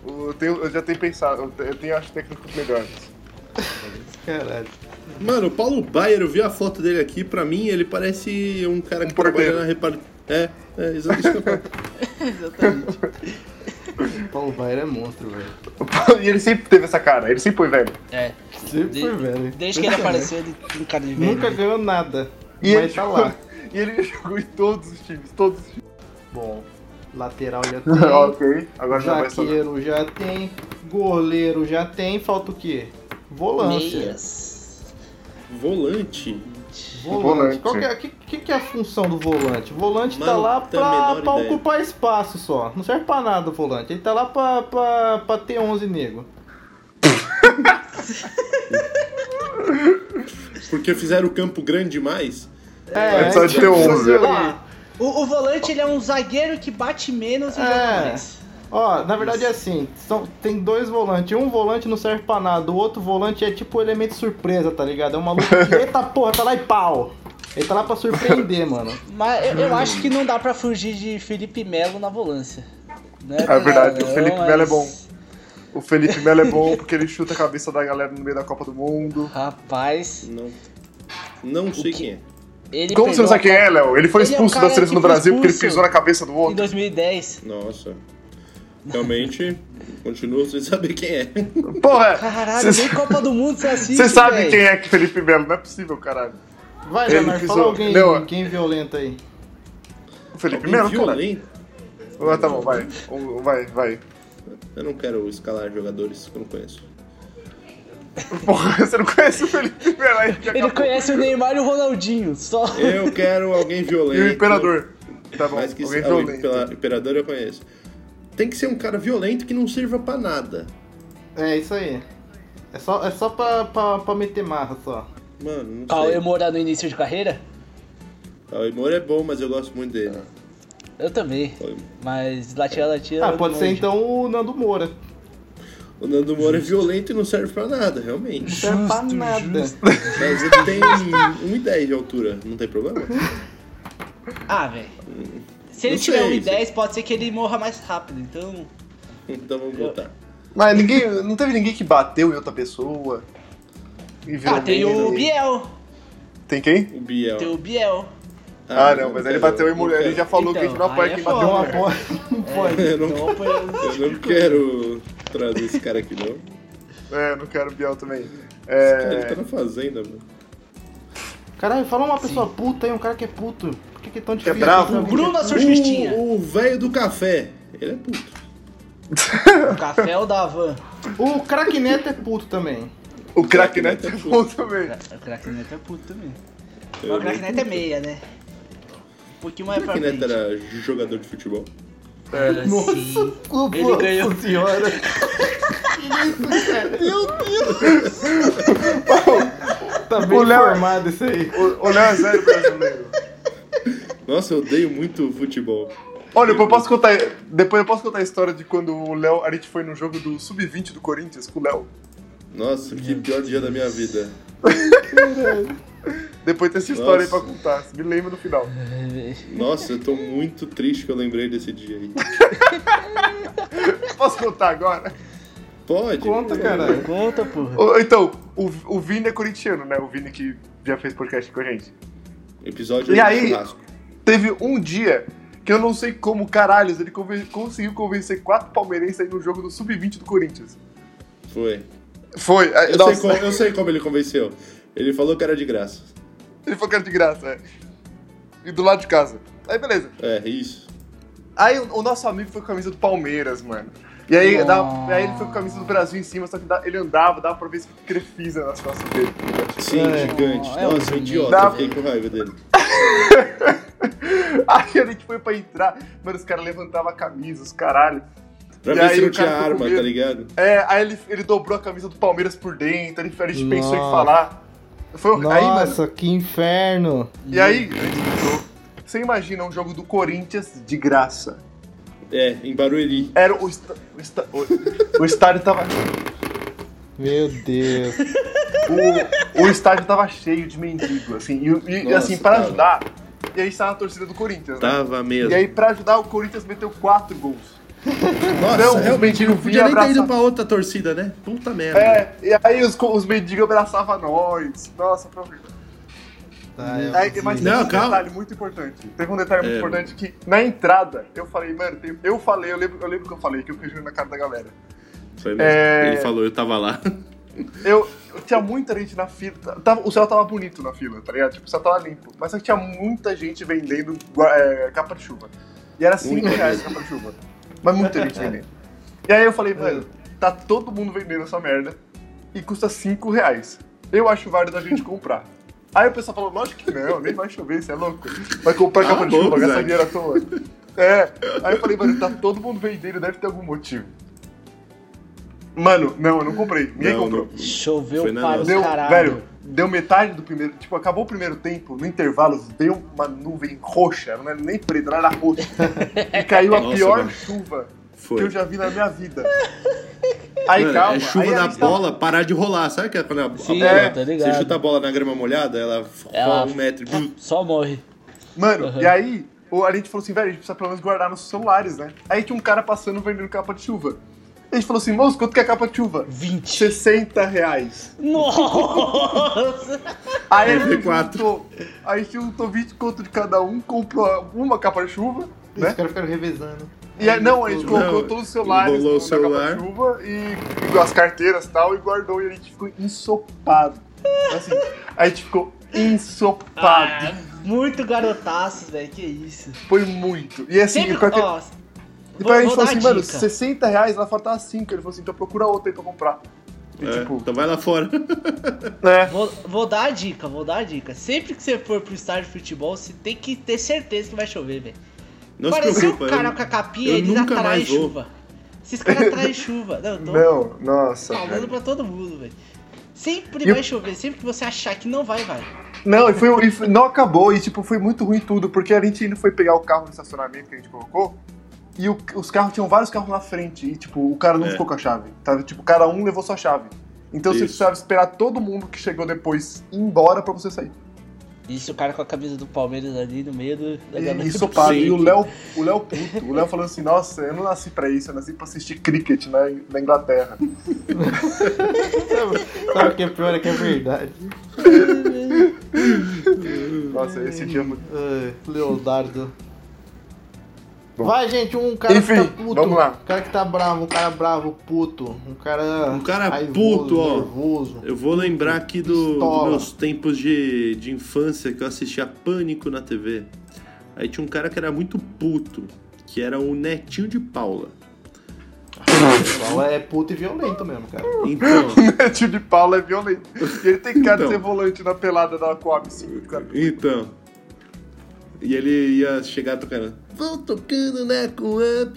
B: O- Eu, tenho- eu já tenho pensado. Eu te- Eu tenho, acho, técnicos melhores.
D: Caralho.
C: Mano, o Paulo Baier, eu vi a foto dele aqui, pra mim ele parece um cara que trabalha
B: porteiro.
C: na repar... É, é, exato isso que eu falo.
E: Exatamente.
D: Paulo Baier é monstro, velho.
B: E ele sempre teve essa cara, ele sempre foi velho.
E: É.
D: Sempre foi, velho.
E: Desde que ele apareceu, ele tem um cara de velho.
D: Nunca ganhou nada.
B: E ele,
D: mas tá lá.
B: jogou- e ele jogou em todos os times, todos os times.
D: Bom, lateral já tem.
B: ok, agora já vai sobrar.
D: Zagueiro já tem. Goleiro já tem. Falta o quê? Volância.
E: Meias.
C: Volante.
D: Volante.
B: Volante.
D: Qual que é, que, que que é a função do volante? O volante tá
C: Mano,
D: lá
C: tem a
D: pra,
C: menor
D: pra
C: ideia.
D: ocupar espaço só. Não serve pra nada o volante. Ele tá lá pra, pra, pra ter 11 nego.
C: Porque fizeram o campo grande demais.
B: É, só de ter 11.
D: lá.
E: O, o volante, ele é um zagueiro que bate menos e joga
D: É.
E: mais.
D: Ó, na verdade é assim, são, tem dois volantes. Um volante não serve pra nada, o outro volante é tipo um elemento surpresa, tá ligado? É um maluco que, eita porra, tá lá e pau. Ele tá lá pra surpreender, mano.
E: Mas eu, eu acho que não dá pra fugir de Felipe Melo na volância. Não
B: É verdade,
E: não,
B: o Felipe
E: mas-
B: Melo é bom. O Felipe Melo é bom porque ele chuta a cabeça da galera no meio da Copa do Mundo.
E: Rapaz,
C: Não, não sei
E: que-
C: quem é.
E: ele
B: Como você
E: perdeu
B: não sabe
E: a
B: quem
E: Copa
B: é, Léo? Ele foi
E: Ele é um
B: expulso
E: cara
B: da seleção do
E: que foi
B: Brasil porque ele
E: expulso
B: pisou na cabeça do
E: Em
B: outro.
E: 2010.
C: Nossa. Realmente, continuo sem saber quem é.
B: Porra,
E: Caralho,
B: Cê-
E: nem Copa do Mundo você assiste,
B: você sabe
E: véi.
B: quem é que Felipe Melo, não é possível, caralho.
D: Vai,
B: Ele
D: Leonardo,
B: pisou-
D: fala alguém,
B: Não,
D: alguém violento aí.
B: O Felipe
C: Alguém
B: Melo, caralho.
C: violento.
B: Ah, tá bom, vai. Um- Vai, vai.
C: Eu não quero escalar jogadores que eu não conheço.
B: Porra, você não conhece o Felipe Melo aí? que
E: Ele
B: acabou.
E: conhece o Neymar e o Ronaldinho, só.
C: Eu quero alguém violento.
B: E o Imperador. Tá bom,
C: Mas que
B: alguém
C: ah, o
B: violento.
C: impera- imperador eu conheço. Tem que ser um cara violento que não sirva pra nada.
D: É isso aí. É só, é só pra, pra, pra meter marra só.
C: Mano, não
E: Cauê
C: sei.
E: Moura no início de carreira?
C: Cauê Moura é bom, mas eu gosto muito dele.
E: Eu também.
C: Cauê-
E: Mas latina, latina.
D: Ah, pode ser então o Nando Moura.
C: O Nando Moura é violento e não serve pra nada, realmente.
D: Não serve pra nada.
C: Mas ele tem 1,10 de altura, não tem problema?
E: Ah, velho. Se ele
C: Não
E: tiver
C: sei,
E: 1,10, pode ser que ele morra mais rápido, então.
C: Então vamos voltar.
B: Mas ninguém, não teve ninguém que bateu em outra pessoa. E virou
E: Ah, tem o
B: meme.
E: Biel.
B: Tem quem?
C: O Biel.
E: Tem o Biel.
B: Ah, não, mas ele
C: quero,
B: bateu em
C: não
B: mulher. Ele já
C: quero.
B: falou que a
E: Então,
B: gente não apoia
E: aí
B: quem
E: é
B: bateu.
D: Não
E: foda.
B: em
D: apoia,
B: mulher.
D: não pode.
C: Eu não,
E: Então, apoiando.
C: eu não quero trazer esse cara aqui, não.
B: É, não quero o Biel também.
C: Ele
B: É,
C: tá na fazenda, mano.
D: Caralho, fala uma pessoa puta aí, um cara que é puto. Por que, que é tão difícil?
B: bravo.
D: pra
E: O
D: mim?
E: Bruno
C: Uh!
E: Surfistinha.
C: O o velho do café. Ele é puto.
E: O Café ou da Van?
D: O craque Neto é puto também.
B: o craque Neto é bom também.
E: O Crack Neto é puto também. Mas
C: Eu
E: o Crack Neto é meia, né? Um pouquinho mais pra
C: O Neto
E: frente.
C: era jogador de futebol.
E: Era assim. Ele ganhou.
D: senhora. Tá bem
B: O Léo-
D: formado isso aí.
B: O, o Léo é zero brasileiro.
C: Nossa, eu odeio muito futebol.
B: Olha, eu posso contar. Depois eu posso contar a história de quando o Léo. A gente foi no jogo do Sub-20 do Corinthians com o Léo.
C: Nossa, que pior dia da minha vida.
B: Depois tem essa história aí pra
C: Nossa.
B: contar. Me lembra no final.
C: Nossa, eu tô muito triste que eu lembrei desse dia aí.
B: Posso contar agora?
C: Pode?
D: Conta, caralho.
E: Conta, porra.
B: Ô, Então, o, o Vini é corintiano, né? O Vini que já fez podcast com a gente.
C: Episódio
B: E
C: do
B: aí?
C: churrasco.
B: Teve um dia que eu não sei como, caralhos, ele conven- conseguiu convencer quatro palmeirenses aí no jogo do Sub-20 do Corinthians.
C: Foi.
B: Foi. aí,
C: Eu
B: nossa,
C: sei, como, eu sei como ele convenceu. Ele falou que era de graça.
B: ele foi cara de graça, é. E do lado de casa. Aí, beleza.
C: É, isso.
B: Aí o o nosso amigo foi com a camisa do Palmeiras, mano. E aí, dava-
E: Ah.
B: aí ele foi com a camisa do Brasil em cima, só que da- ele andava, dava pra ver se crefisa na situação dele.
C: Sim, gigante.
E: É um
C: Nossa,
E: menino.
C: idiota. Eu
B: Dá-
C: fiquei com raiva dele.
B: Aí a gente foi pra entrar, mano, os caras levantavam a camisa, os caralho.
C: Pra
B: E
C: ver se
B: aí
C: não
B: o
C: tinha
B: cara ficou
C: arma,
B: com medo.
C: tá ligado?
B: É, aí ele, ele dobrou a camisa do Palmeiras por dentro, ele, a gente pensou em
D: Nossa.
B: falar. Foi horrível. aí, mano.
D: Nossa, que inferno.
B: E aí, a gente entrou. você imagina um jogo do Corinthians de graça.
C: É, em Barueri.
B: Era o, esta- o, esta- o- o estádio tava.
D: Meu Deus.
B: O, o estádio tava cheio de mendigo, assim. E, e- e,
C: Nossa,
B: assim, pra
C: cara. Tá
B: ajudar, e aí estava a torcida do Corinthians, né?
C: Tava mesmo.
B: E aí, pra ajudar, o Corinthians meteu quatro gols.
C: Nossa, é.
B: Não,
C: realmente
B: eu
C: não podia nem ter
B: abraçar.
C: ido pra outra torcida, né? Puta merda.
B: É, e aí os, co- os mendigos abraçavam nós. Nossa, foi horrível.
D: Tá, eu-
B: Aí, mas
C: Não,
B: teve um
C: calma.
B: detalhe muito importante. Teve um detalhe muito
C: É.
B: importante que na entrada eu falei, mano, tem- eu falei, eu lembro, eu lembro que eu falei, que eu fiquei jogando na cara da galera.
C: Foi mesmo.
B: É.
C: Ele falou, eu tava lá.
B: Eu, eu tinha muita gente na fila. Tá, Tava- o céu tava bonito na fila, tá ligado? Tipo, o céu tava limpo. Mas só que tinha muita gente vendendo gua- é, capa de chuva. E era 5
C: Muita
B: reais capa de chuva. Mas muita gente vendendo. E aí eu falei,
C: É.
B: mano, tá todo mundo vendendo essa merda e custa 5 reais. Eu acho válido a gente comprar. Aí o pessoal falou, lógico que não, nem vai chover, você é louco. Vai comprar
C: Ah,
B: capa de
C: bom,
B: chuva, gastar
C: Zac.
B: dinheiro à toa. É. Aí eu falei, mano, tá todo mundo vendendo, deve ter algum motivo. Mano, não, eu não comprei. Ninguém
C: Não,
B: comprou.
C: não.
E: Choveu
C: Foi na
E: para
C: nossa.
E: o
B: Deu,
E: caralho.
B: velho, deu metade do primeiro. Tipo, acabou o primeiro tempo, no intervalo, deu uma nuvem roxa, ela não era nem preta, ela era roxa. E caiu a
C: Nossa,
B: pior
C: mano.
B: chuva
C: Foi.
B: que eu já vi na minha vida. Aí
C: Mano,
B: calma.
C: é chuva
B: aí a
C: da
B: gente tá- tava-
C: bola parar de rolar. Sabe que é quando a, a
E: Sim,
C: bola.
E: tá ligado.
C: Você chuta a bola na grama molhada, ela rola
E: Ela-
C: um metro. e
B: Ah,
C: bum.
E: Só morre.
B: Mano,
E: Uhum.
B: e aí o- a gente falou assim, velho, a gente precisa pelo menos guardar nossos celulares, né? Aí tinha um cara passando vendendo capa de chuva. E a gente falou assim, moço, quanto que é capa de chuva?
E: 20.
B: 60 reais.
E: Nossa!
B: Aí a gente
C: 94.
B: juntou, aí a gente juntou 20 conto de cada um, comprou uma capa de chuva, né?
D: Os caras ficaram revezando.
B: E aí, não, a gente colocou
C: Não,
B: todos os celulares
C: enrolou
B: no-
C: o celular.
B: na capa-chuva e e as carteiras e tal, e guardou. E a gente ficou ensopado. Assim, a gente ficou ensopado.
E: Ah, muito garotaço, velho. Que isso.
B: Foi muito. E assim,
E: Sempre.
B: com aquele-
E: Ó,
B: depois a gente
E: vou
B: falou
E: dar
B: assim,
E: a
B: mano,
E: dica.
B: 60 reais, lá faltava 5. Ele falou assim, então procura outra aí pra comprar. E
C: É,
B: tipo,
C: Então vai lá fora.
B: né?
E: vou, vou dar a dica, vou dar a dica. Sempre que você for pro estádio de futebol, você tem que ter certeza que vai chover, velho.
C: Não se
E: Pareceu um
C: preocupa.
E: cara
C: eu-
E: com a capinha,
C: eu
E: eles
C: nunca
E: atraem
C: mais vou.
E: chuva. Esses caras atraem chuva. Não, eu tô
B: Não, nossa.
E: falando
B: velho.
E: pra todo mundo, velho. Sempre
B: E o-
E: vai chover, sempre que você achar que não vai, vai.
B: Não, e, foi, e foi- não acabou, e tipo, foi muito ruim tudo, porque a gente ainda foi pegar o carro no estacionamento que a gente colocou, e o- os carros, tinham vários carros na frente, e tipo, o cara não
C: É.
B: ficou com a chave, tá? Tipo, cada um levou sua chave. Então você
C: Isso.
B: precisava esperar todo mundo que chegou depois ir embora pra você sair.
E: Isso, o cara com a camisa do Palmeiras ali no meio do, da galera.
B: E isso paga. E o
C: Sim.
B: Léo, o Léo puto, o Léo falando assim, nossa, eu não nasci pra isso, eu nasci pra assistir cricket na, na Inglaterra.
D: Sabe, sabe o que é pior? É que é verdade.
B: Nossa, esse dia é muito...
D: Ai, Leonardo. Vai, gente, um cara
B: Enfim,
D: que tá puto.
B: vamos lá.
D: Um cara que tá bravo, um cara bravo, puto. Um cara.
C: Um cara puto, ó.
D: Nervoso.
C: Eu vou lembrar aqui do, dos
D: Pistola.
C: meus tempos de, de infância que eu assistia Pânico na TV. Aí tinha um cara que era muito puto, que era o netinho de Paula.
D: O pessoal é puto e violento mesmo, cara.
C: Então,
B: O tio de Paulo é violento. E ele tem cara de
C: Então.
B: ser volante na pelada da Coab 5, assim, cara.
C: então. E ele ia chegar tocando. Vou tocando na Coamp,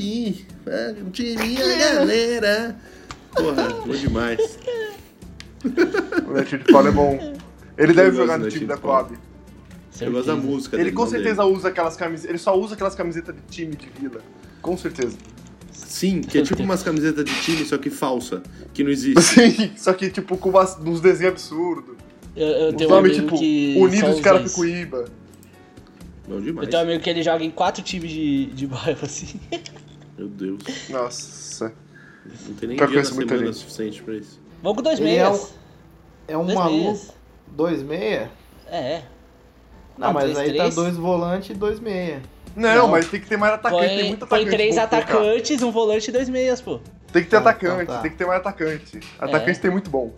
C: um de minha galera. Porra, bom demais.
B: O Netinho de Paulo é bom. Ele deve
C: gosto
B: jogar
C: do
B: no time
C: Netinho
D: tipo,
B: da
C: de Paula.
B: Coab.
D: tá
C: Eu gosto da música
B: Ele
C: dele,
B: com
C: não dele.
B: certeza usa aquelas camisetas. Ele só usa aquelas camisetas de time de vila. Com certeza.
C: Sim, que é tipo umas camisetas de time, só que falsa, que não existe.
B: Sim, só que tipo com umas, uns desenhos absurdos.
E: Eu, eu
B: Os
E: tenho um
B: nomes
E: amigo
B: tipo
E: que. só
B: Unidos de
E: usa isso.
B: Carapicuíba.
C: Bom demais.
E: Eu tenho um amigo que ele joga em quatro times de, de bairro, assim.
C: Meu Deus,
B: Nossa.
C: não tem nem
B: Pior que
C: dia na
B: eu conheço muita
C: semana
B: gente.
C: suficiente pra isso.
E: Vamos com dois
D: Ele é
E: meias.
D: É um
E: Dois
D: maluco.
E: meias.
D: 2,6?
E: É.
D: Não,
E: Ah,
D: mas
E: três,
D: aí
E: três.
D: tá dois volante e 2,6.
B: Não,
E: Não.
B: mas tem que ter mais atacante. tem
E: Põe,
B: muito
E: põe
B: atacante.
E: três
B: bom pra colocar.
E: atacantes, um volante e dois meias, pô.
B: Tem que ter
D: Ah, tá,
B: atacante,
D: tá.
B: tem que ter mais atacante. Atacante tem muito bom.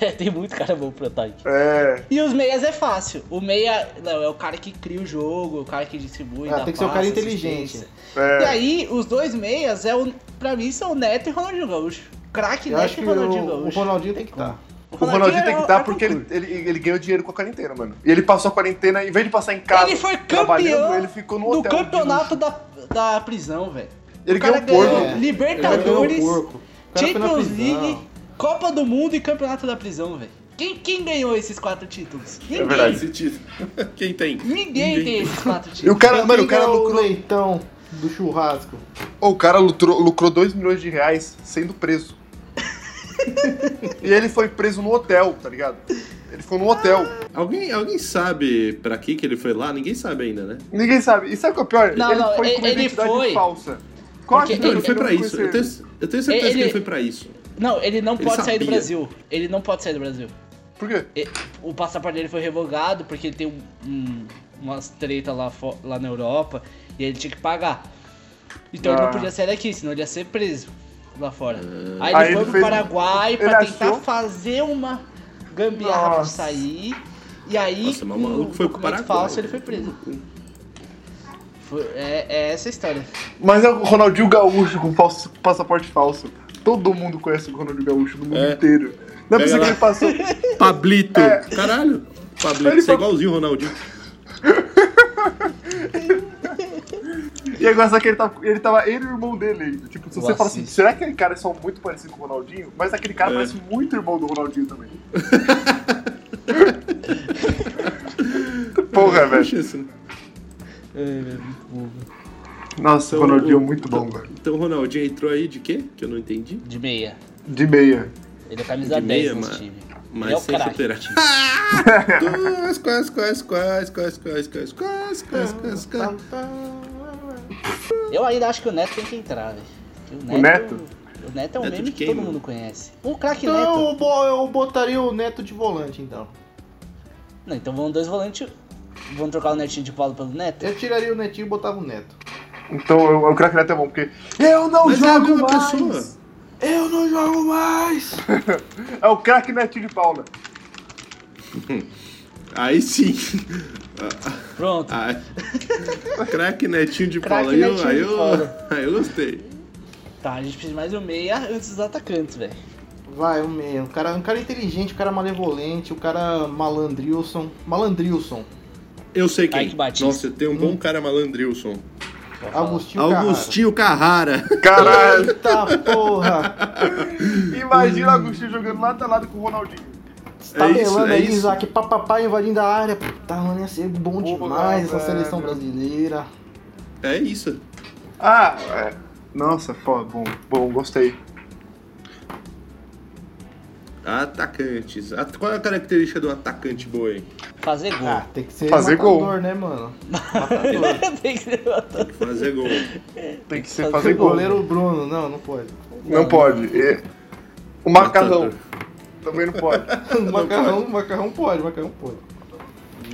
E: É, tem muito cara bom pro ataque.
B: É.
E: E os meias é fácil. O meia não, é o cara que cria o jogo, o cara que distribui.
D: Ah,
E: dá
D: tem que ser um
E: passe,
D: cara inteligente.
E: assistência. E
B: é.
E: aí, os dois meias, é o, pra mim, são o Neto e o Ronaldinho Gaúcho. Craque
D: Eu acho
E: Neto
D: que
E: e Ronaldinho
D: o, o
E: Gaúcho.
D: Ronaldinho tem que tá.
E: Tá
D: estar.
B: O Ronaldinho tem
E: é
B: que
E: o-
B: dar
E: é
B: porque ele,
E: concurso.
B: ele, ele ganhou dinheiro com a quarentena, mano. E ele passou a quarentena, em vez de passar em casa,
E: Ele foi
B: trabalhando,
E: campeão
B: ele ficou no
E: do
B: hotel. de luxo.
E: campeonato da, da prisão, velho.
B: Ele
E: O cara
B: ganhou o porco.
E: ganhou
D: É.
E: Libertadores, Champions
D: Champions
E: League, Copa do Mundo e Campeonato da Prisão, velho. Quem, quem ganhou esses quatro títulos? Ninguém.
B: É verdade.
C: Esse título. Quem tem?
E: Ninguém tem esses quatro
B: E o
E: títulos.
B: cara, mano, o cara
D: o
B: lucrou.
D: leitão do churrasco.
B: Ô, O cara lucrou, lucrou 2 milhões de reais sendo preso. e ele foi preso no hotel, tá ligado? Ele ficou no hotel.
E: Ah.
C: Alguém, alguém sabe pra que que ele foi lá? Ninguém sabe ainda, né?
B: Ninguém sabe. E sabe o que é o pior?
E: Não,
B: ele
E: não,
B: foi
E: ele-
B: com
E: ele
B: identidade
E: foi- é
B: falsa. Qual é
E: Porque
C: Então, ele foi
B: não
C: pra isso. Eu
B: conhecer?
C: tenho, eu tenho certeza que
E: Ele-
C: ele foi pra isso.
E: Não, ele não
C: Ele
E: pode sair do
C: sabia.
E: Brasil. Ele não pode sair do Brasil.
B: Por quê?
E: E- O passaporte dele foi revogado porque ele tem um, um- umas treta lá, fo- lá na Europa e ele tinha que pagar. Então ele
B: Ah.
E: não podia sair daqui, senão ele ia ser preso lá fora. Aí ele
B: Aí
E: foi
B: ele
E: pro
B: fez- um-
E: Paraguai pra
B: ele
E: tentar
B: achou-
E: fazer uma gambiarra pra
B: Nossa.
E: sair. E aí,
C: Nossa, é mas o
E: com
C: maluco foi pro
E: documento
C: Paraguai. né?
E: falso, ele foi preso. Foi- é, é essa a história.
B: Mas é o Ronaldinho Gaúcho com falso- passaporte falso. Todo mundo conhece o Ronaldinho Gaúcho no mundo
C: É.
B: inteiro. Não é
C: Pega
B: possível
C: lá.
B: que ele passou.
C: Pablito! Caralho! Pablito,
B: É. Ele
C: você é
B: foi-
C: igualzinho o Ronaldinho.
B: E agora só que ele tava, ele tava ele e o irmão dele ainda. Tipo, se
E: O
B: você fala assim,
E: Assis.
B: será que aquele cara é só muito parecido com o Ronaldinho? Mas aquele cara parece muito irmão do Ronaldinho também. Porra, velho.
C: Puxa isso, né?
B: Nossa, o
C: Então,
B: Ronaldinho é
C: o-
B: muito bom,
C: então-
B: velho.
C: Então o Ronaldinho entrou aí de quê? Que eu não entendi.
E: De meia.
B: De meia.
E: Ele é camisa
C: De
E: 10
C: meia,
E: nesse
C: mano.
E: time.
C: Mas
E: Ele é o
C: sem
E: craque.
C: chuteira. Quais, quais, quais, quais, quais, quais, quais, quais, quais, quais, quais.
E: Eu ainda acho que o Neto tem que entrar, velho. Porque
B: O Neto?
E: O Neto é um
C: Neto
E: meme
C: de
E: que
C: quem,
E: todo
C: mano?
E: mundo conhece. O craque Neto.
D: Então eu bo- eu botaria o Neto de volante, então.
E: Não, então vão dois volantes. Vão trocar o netinho de Paulo pelo
B: É.
E: Neto?
D: Eu tiraria o Netinho e botava o Neto.
B: Então eu, eu creio que ele é até bom, porque. Eu não
C: Mas é a
B: jogo
C: mesma
B: mais!
C: pessoa.
D: Eu não jogo mais!
B: É o craque Netinho de Paula.
C: Aí sim.
E: Pronto.
B: Ah.
C: Ai. Craque netinho de
E: Craque
C: Paula. Aí eu,
E: netinho
C: aí,
E: de
C: eu,
E: Paula.
C: aí eu gostei.
E: Tá, a gente precisa de mais um meia antes dos atacantes, velho.
D: Vai, o meio. Um cara, um cara inteligente, um cara malevolente, um cara malandrilson. Malandrilson.
C: Eu sei quem.
E: Kaique Batista.
C: Nossa, tem um
B: Hum.
C: bom cara malandrilson.
D: Agostinho Carrara.
C: Agostinho Carrara.
B: Caralho!
D: Eita porra!
B: Imagina o Agostinho jogando lado a lado com o Ronaldinho.
C: É
D: Tabelando
C: isso,
D: aí,
C: é isso.
D: Tá né, Isaac, papapá invadindo a área. Puta, mano, ia ser bom
B: Porra,
D: demais essa seleção
B: velho.
D: brasileira.
C: É isso.
B: Ah, é. Nossa, pô, bom, bom, gostei.
C: Atacantes. At- Qual é a característica do atacante boa aí?
E: Fazer gol.
D: Ah, tem que ser
B: Fazer
D: matador,
B: gol.
D: né, mano?
E: Tem que ser o atacante.
C: Fazer gol.
B: Tem que ser
E: Fazer
B: fazer
D: O
B: gol.
D: goleiro Bruno, não, não pode.
B: Não pode. E- O macarrão. Também não pode.
D: macarrão, macarrão pode, macarrão pode.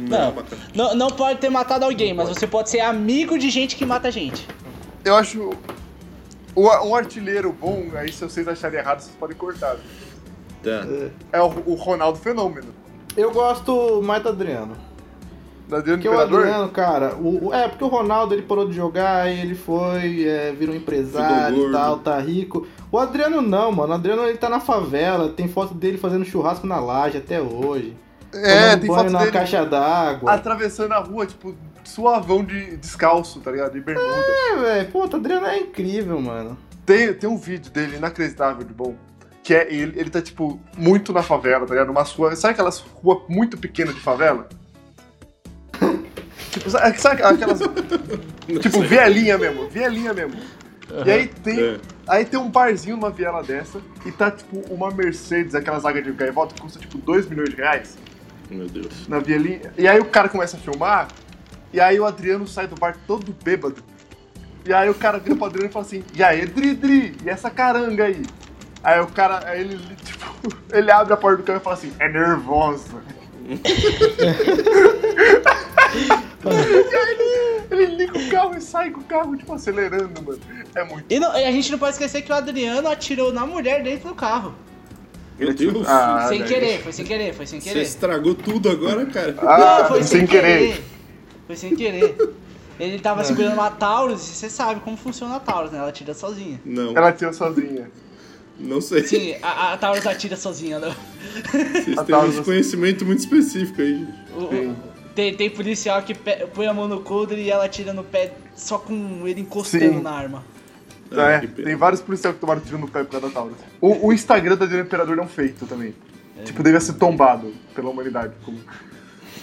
E: Não.
C: Não, cara.
E: Não, não pode ter matado alguém, mas você pode ser amigo de gente que mata gente.
B: Eu acho. o- Um artilheiro bom, aí se vocês acharem errado, vocês podem cortar.
C: Tá.
B: É o, o Ronaldo Fenômeno.
D: Eu gosto mais do Adriano.
B: Da Adriano
D: Porque o
B: Imperador.
D: Adriano, cara, o, o- é, porque o Ronaldo ele parou de jogar, aí ele foi, é, virou empresário
C: Ficou
D: e
C: gordo.
D: tal, tá rico. O Adriano não, mano. O Adriano ele tá na favela, tem foto dele fazendo churrasco na laje até hoje.
B: É,
D: Tomando
B: tem
D: banho
B: foto
D: na
B: dele
D: caixa d'água.
B: atravessando a rua, tipo, suavão de descalço, tá ligado? De bermuda.
D: É, velho. Puta, o Adriano é incrível, mano.
B: Tem, tem um vídeo dele inacreditável de bom. Que é ele, ele tá, tipo, muito na favela, tá ligado? Uma rua. Sabe aquelas ruas muito pequenas de favela? tipo, sabe, sabe aquelas. tipo, vielinha mesmo, vielinha mesmo. E aí tem
C: É.
B: Aí tem um barzinho numa viela dessa e tá tipo uma Mercedes, aquelas águas de gaivota que custa tipo 2 milhões de reais
C: Meu Deus.
B: na vielinha. E aí o cara começa a filmar e aí o Adriano sai do bar todo bêbado. E aí o cara vira pro Adriano e fala assim: E aí, Dri Dri, e essa caranga aí? Aí o cara, aí ele tipo, ele abre a porta do carro e fala assim: É nervosa. e aí ele, ele liga o carro e sai com o carro, tipo, acelerando, mano. É muito.
E: E, não- e a gente não pode esquecer que o Adriano atirou na mulher dentro do carro.
C: Meu Deus.
B: Ah,
E: sem
B: né?
E: querer, foi sem querer, foi sem
C: Você
E: querer.
C: estragou tudo agora, cara.
B: Ah,
E: não, foi
B: sem querer. Ah.
E: Foi sem querer. Ele tava segurando uma Taurus e você sabe como funciona a Taurus, né? Ela atira sozinha.
C: Não,
B: Ela tirou sozinha.
C: não sei.
E: Sim, a, a Taurus atira sozinha. né?
C: Vocês
B: Ah,
C: têm
B: tá,
C: um
B: você-
C: conhecimento muito específico aí, gente.
E: O- o-
B: Sim.
E: tem, tem policial que pe- põe a mão no coldre e ela atira no pé só com ele encostando
B: Sim.
E: na arma.
B: Então, é,
C: Ah, que
D: tipo,
C: pena.
B: tem vários policiais que tomaram tiro no pé por causa da Taurus. O, o Instagram da Adriana Imperador é um feito também.
D: É.
B: Tipo, devia ser tombado pela humanidade. como-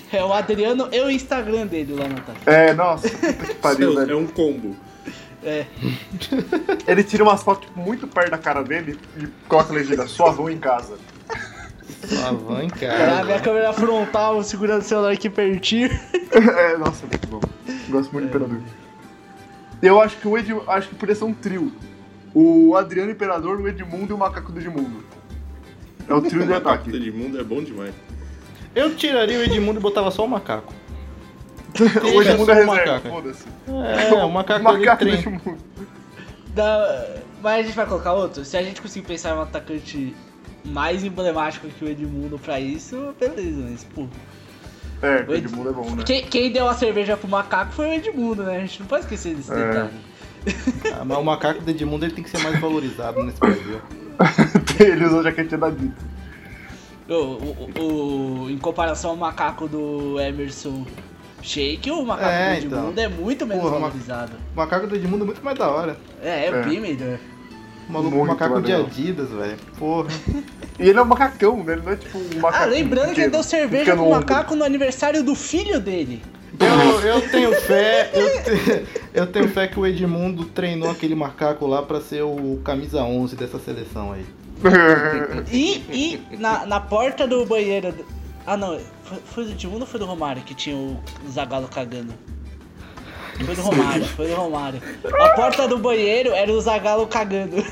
E: É o Adriano e o Instagram dele lá, Natália.
B: É, nossa, puta que pariu,
C: Isso é, é
B: velho.
C: um combo.
B: Ele tira umas fotos tipo, muito perto da cara dele e coloca a legenda, só vão em casa.
D: Lavan em
E: Caralho,
D: casa.
E: Tá, minha câmera frontal segurando o celular aqui pertinho.
B: É, nossa, muito bom. Gosto muito do
D: É.
B: Imperador. Eu acho que o Ed, acho que podia ser um trio. O Adriano Imperador, o Edmundo e o Macaco do Edmundo. É o trio de
C: Macaco
B: ataque.
C: de mundo é bom demais.
D: Eu tiraria o Edmundo e botava só o macaco.
B: O Edmundo é
D: Deixa só o
B: reserva,
D: macaco.
B: foda-se.
D: É, o macaco,
B: Macaco do
D: ele tem.
B: Edmundo.
E: Da- Mas a gente vai colocar outro? Se a gente conseguir pensar em um atacante mais emblemático que o Edmundo pra isso, beleza, mas pô.
B: É, o
E: Ed-
B: Edmundo é bom, né?
E: Quem, quem deu a cerveja pro macaco foi o Edmundo, né? A gente não pode esquecer desse
B: É.
E: detalhe.
D: Ah, mas o macaco do Edmundo ele tem que ser mais valorizado nesse Brasil.
B: Ele usou a jaquetinha da Dita.
E: O, o- o- o- em comparação ao macaco do Emerson Shake, o macaco
D: É,
E: do Edmundo é muito menos
D: Porra, ma-
E: valorizado.
D: O macaco do Edmundo é muito mais da hora.
E: É, é,
B: É.
E: bem melhor.
D: O maluco
B: Muito
D: macaco de
B: legal.
D: Adidas, velho. Porra.
B: E ele é um macacão, né? Ele não é tipo um macaco.
E: Ah, lembrando que ele deu cerveja pro macaco no aniversário do filho dele.
D: Eu, eu tenho fé, eu, te- eu tenho fé que o Edmundo treinou aquele macaco lá pra ser o camisa 11 dessa seleção aí.
E: E, e na, na porta do banheiro. do- Ah, não. Foi, foi do Edmundo ou foi do Romário que tinha o Zagalo cagando? Foi do Romário, foi do Romário. A porta do banheiro era o Zagalo cagando.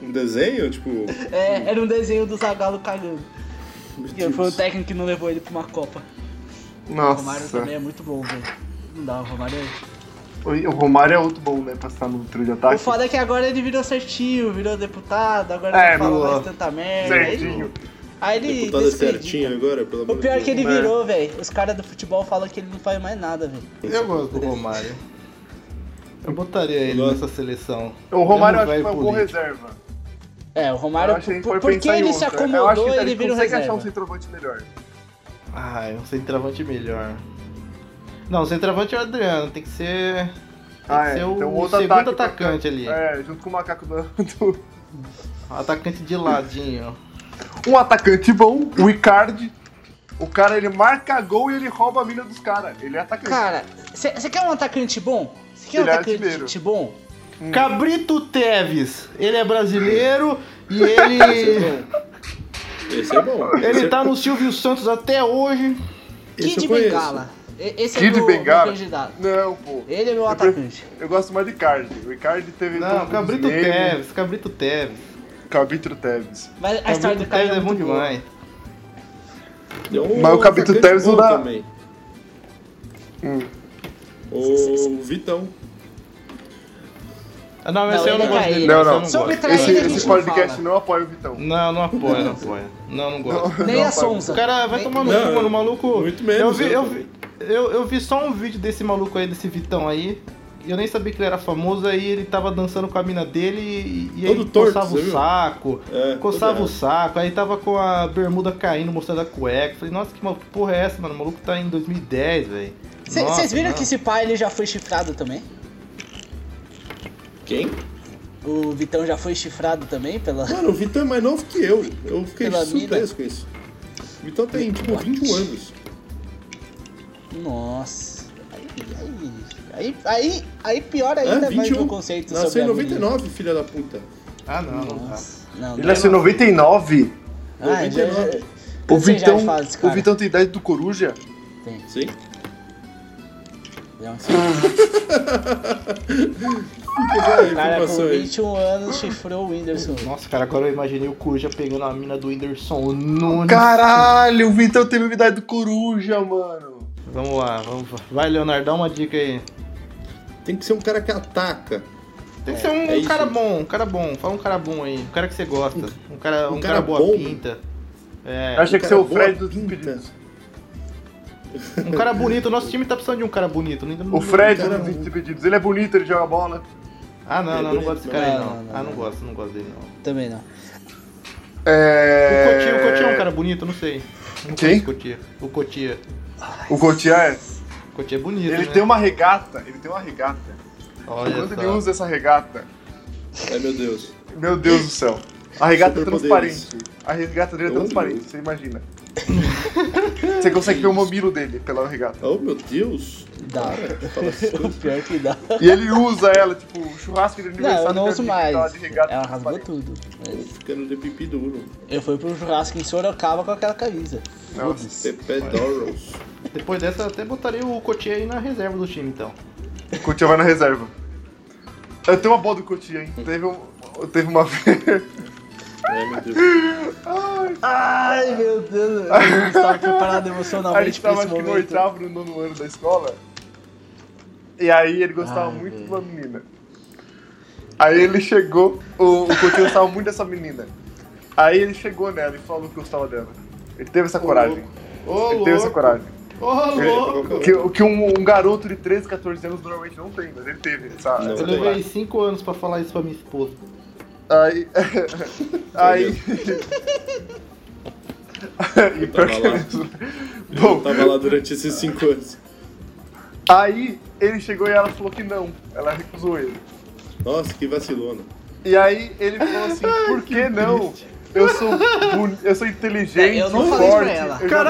C: Um desenho, tipo.
E: É, era um desenho do Zagalo cagando.
C: meu
E: Que foi o
C: Deus.
E: técnico que não levou ele pra uma Copa. O Romário também
B: Nossa.
E: é muito bom, velho. Não dá, o Romário é.
B: O Romário é outro bom, né? Pra estar no trio de
E: O
B: ataque.
E: foda é que agora ele virou certinho, virou deputado, agora
B: É,
E: não fala
B: meu,
E: mais tanta merda. Aí ele-
B: Certinho.
E: Aí ele.
C: Deputado é
E: descredita.
C: certinho agora, pelo amor
E: O
C: de
E: pior é
C: Deus.
E: que ele
B: É.
E: virou, velho. Os caras do futebol falam que ele não faz mais nada, velho.
D: Eu gosto do Romário. Eu botaria ele
C: Gosto.
D: nessa seleção.
B: O Romário eu acho que
D: Ele
B: foi
D: não vai
B: um bom
D: político.
B: reserva.
E: É, o
B: Eu
E: Romário,
B: acho que a gente foi
E: por- porque
B: pensar em
E: ele se
B: outro. né? Eu acho
E: acomodou,
B: que a
E: ele
B: gente
E: vira o
B: consegue achar
E: reserva.
B: um centroavante melhor.
D: Ah, é um centroavante melhor. Não, o centroavante é o Adriano, tem que ser. Tem
B: Ah,
D: que
B: é.
D: ser o
B: Então, outro
D: segundo
B: ataque pra-
D: atacante ali.
B: É, junto com o macaco do. do-
D: Atacante de ladinho.
B: Um atacante bom, o Icardi. O cara ele marca gol e ele rouba a mina dos caras. Ele é atacante.
E: Cara, você quer um atacante bom? Você quer um
B: Ele é
E: atacante
B: artilheiro.
E: bom?
B: Hum.
D: Cabrito Teves, ele é brasileiro e ele.
C: Esse é bom.
D: ele
C: Esse
D: tá
C: é-
D: no Silvio Santos até hoje.
C: esse
E: Kid
C: eu conheço.
E: Bengala. E- Esse é
B: Kid
E: meu,
B: Bengala?
E: meu candidato.
B: Não, pô.
E: Ele é meu
B: Eu prefiro-
E: atacante.
B: Eu gosto mais do Icardi. O Icardi teve.
D: Não,
B: todos
D: Cabrito
B: os memes.
D: Teves, Cabrito Teves.
B: Cabitro Teves.
E: Mas a história
D: Cabrito
E: do cara
D: Teves
E: é
D: é bom
E: muito boa.
D: demais.
C: É um
B: Mas o Capitão
C: atacante
B: Teves não
C: bom
B: dá.
C: também.
B: Hum.
C: O Vitão.
D: Ah, não,
E: Não,
D: esse eu
E: ele
D: não
E: é
D: gosto dele.
E: caído.
D: esse eu
B: Não,
D: não
B: não.
E: Sobre
D: gosto.
E: Pra
B: Esse,
E: ele a gente
B: esse
E: não
B: podcast
E: fala.
B: não apoia o Vitão.
D: Não, não apoio, não apoio. Não, não gosto.
E: Nem
B: Não,
E: a
B: pai.
E: Sonza.
D: O cara vai
E: Nem-
D: tomar no
C: Não,
D: cu, mano, o maluco.
C: muito menos,
D: Eu vi,
C: né?
D: eu, vi, eu, eu vi só um vídeo desse maluco aí, desse Vitão aí. e Eu nem sabia que ele era famoso, aí ele tava dançando com a mina dele e, e aí
C: Todo torto,
D: coçava
C: você
D: o
C: viu?
D: saco.
C: É,
D: Coçava
C: todo
D: o saco, aí tava com a bermuda caindo, mostrando a cueca. Falei, nossa, que mal- que porra é essa, mano? O maluco tá em 2010, velho.
E: Cê-
D: Nossa,
E: Vocês viram
D: não.
E: que esse pai ele já foi chifrado também?
C: Quem?
E: O Vitão já foi chifrado também pela.
C: Mano, o Vitão é mais novo que eu. Eu fiquei
E: Pela
C: surpreso com isso. O Vitão tem, tipo, 21 anos.
E: Nossa. Aí, aí, aí, aí pior
C: É,
E: ainda mais
C: 21.
E: meu conceito
C: Nasceu
E: sobre
C: em
E: a
C: 99, filha da puta.
D: Ah, não, não
E: menina.
D: dá.
E: Nossa. Não,
B: Ele nasceu em 99.
E: Ah, já, já,
C: 99.
B: O
E: cansei já de
B: Vitão,
E: falar desse
B: o
E: cara.
B: Vitão tem idade do Coruja.
C: Sim?
E: Não, esse cara
C: Fica aí a
E: Cara, com
C: informação aí.
E: 21 anos chifrou o Whindersson.
D: Nossa, cara, agora eu imaginei o Coruja pegando a mina do Whindersson o Nunes.
B: Caralho, o Vitão teve a idade do Coruja, mano.
D: Vamos lá, vamos lá. Vai, Leonardo, dá uma dica aí.
C: Tem que ser um cara que ataca.
D: Tem que ser um,
C: é isso.
D: cara bom, um cara bom. Fala um cara bom aí. Um cara que você gosta. Um cara, um
C: um
D: cara,
C: cara
D: boa
C: bom?
D: pinta. É,
B: Eu achei que
C: Um cara
B: você é o
C: boa
B: Fred dos
C: pinta.
B: Despedidos.
D: um cara bonito. O nosso time tá precisando de um cara bonito. Não- não-
B: O Fred
C: Cara,
B: dos Despedidos. Ele é bonito, ele joga bola.
D: Ah, não,
C: Ele é
D: não, não
C: bonito,
D: gosto desse
C: não.
D: cara aí,
E: Não,
D: não.
E: não,
D: Ah,
E: não.
D: não gosto, não gosto dele, não.
E: Também não.
D: O Cotia, o Cotia é um
B: É...
D: cara bonito, não sei. Não
B: Quem?
D: conheço o Cotia. O Cotia.
B: O Cotia é...
D: O Cotia é é bonito,
B: Ele
D: né?
B: tem uma regata. Ele tem uma regata.
D: Olha
B: Quando
D: só.
B: ele usa essa regata...
C: Ai, meu Deus.
B: Meu Deus do céu. A regata é
C: Superpoderes.
B: transparente. A regata dele é
C: Oh,
B: transparente,
C: meu.
B: você imagina. Você consegue ver o mamilo dele pela regata.
C: Oh, meu Deus. assim,
E: Dá. o pior que dá.
B: E ele usa ela, tipo, o churrasco de
E: Não,
B: aniversário.
E: eu não
B: da
E: uso
B: minha amiga,
E: mais.
B: tava de regata
E: Ela rasgou
B: transparente.
E: tudo. Mas
C: Ficando de pipi duro.
E: Eu fui pro churrasco em Sorocaba com aquela camisa.
B: Nossa.
E: Foda-se.
C: Pepe Doros.
D: Depois dessa, eu até botaria o Cotia aí na reserva do time, então.
B: Cotia vai na reserva. Eu tenho uma bola do Cotia, hein? Teve, um, teve uma vez.
C: Ai, meu Deus.
E: Ai, meu Deus. Eu não estava preparado
B: A gente
E: emocionalmente pra
B: tava
E: esse
B: acho que no
E: momento.
B: oitavo, no nono ano da escola. E aí ele gostava
D: Ah,
E: Ai,
B: muito
E: velho.
B: de uma menina. Aí ele chegou, o, o Coutinho gostava muito dessa menina. Aí ele chegou nela e falou que gostava dela. Ele teve essa coragem.
D: Ô,
B: Ele teve essa
D: louco!
B: coragem.
D: Ô, louco!
B: O que, o que um, um garoto de 13, 14 anos normalmente não tem, mas ele teve essa,
C: Não.
B: essa
D: Eu
B: coragem.
D: levei 5 anos pra falar isso pra minha esposa.
B: Aí. aí. e pior que é
C: lá.
B: mesmo.
C: Eu
B: Bom,
C: tava lá durante esses 5 anos.
B: Aí ele chegou e ela falou que não. Ela recusou ele.
C: Nossa, que vacilona.
B: E aí ele falou assim, por que não? Eu sou boni- eu sou inteligente,
E: É, eu não falei
B: forte.
E: pra ela.
B: eu jogo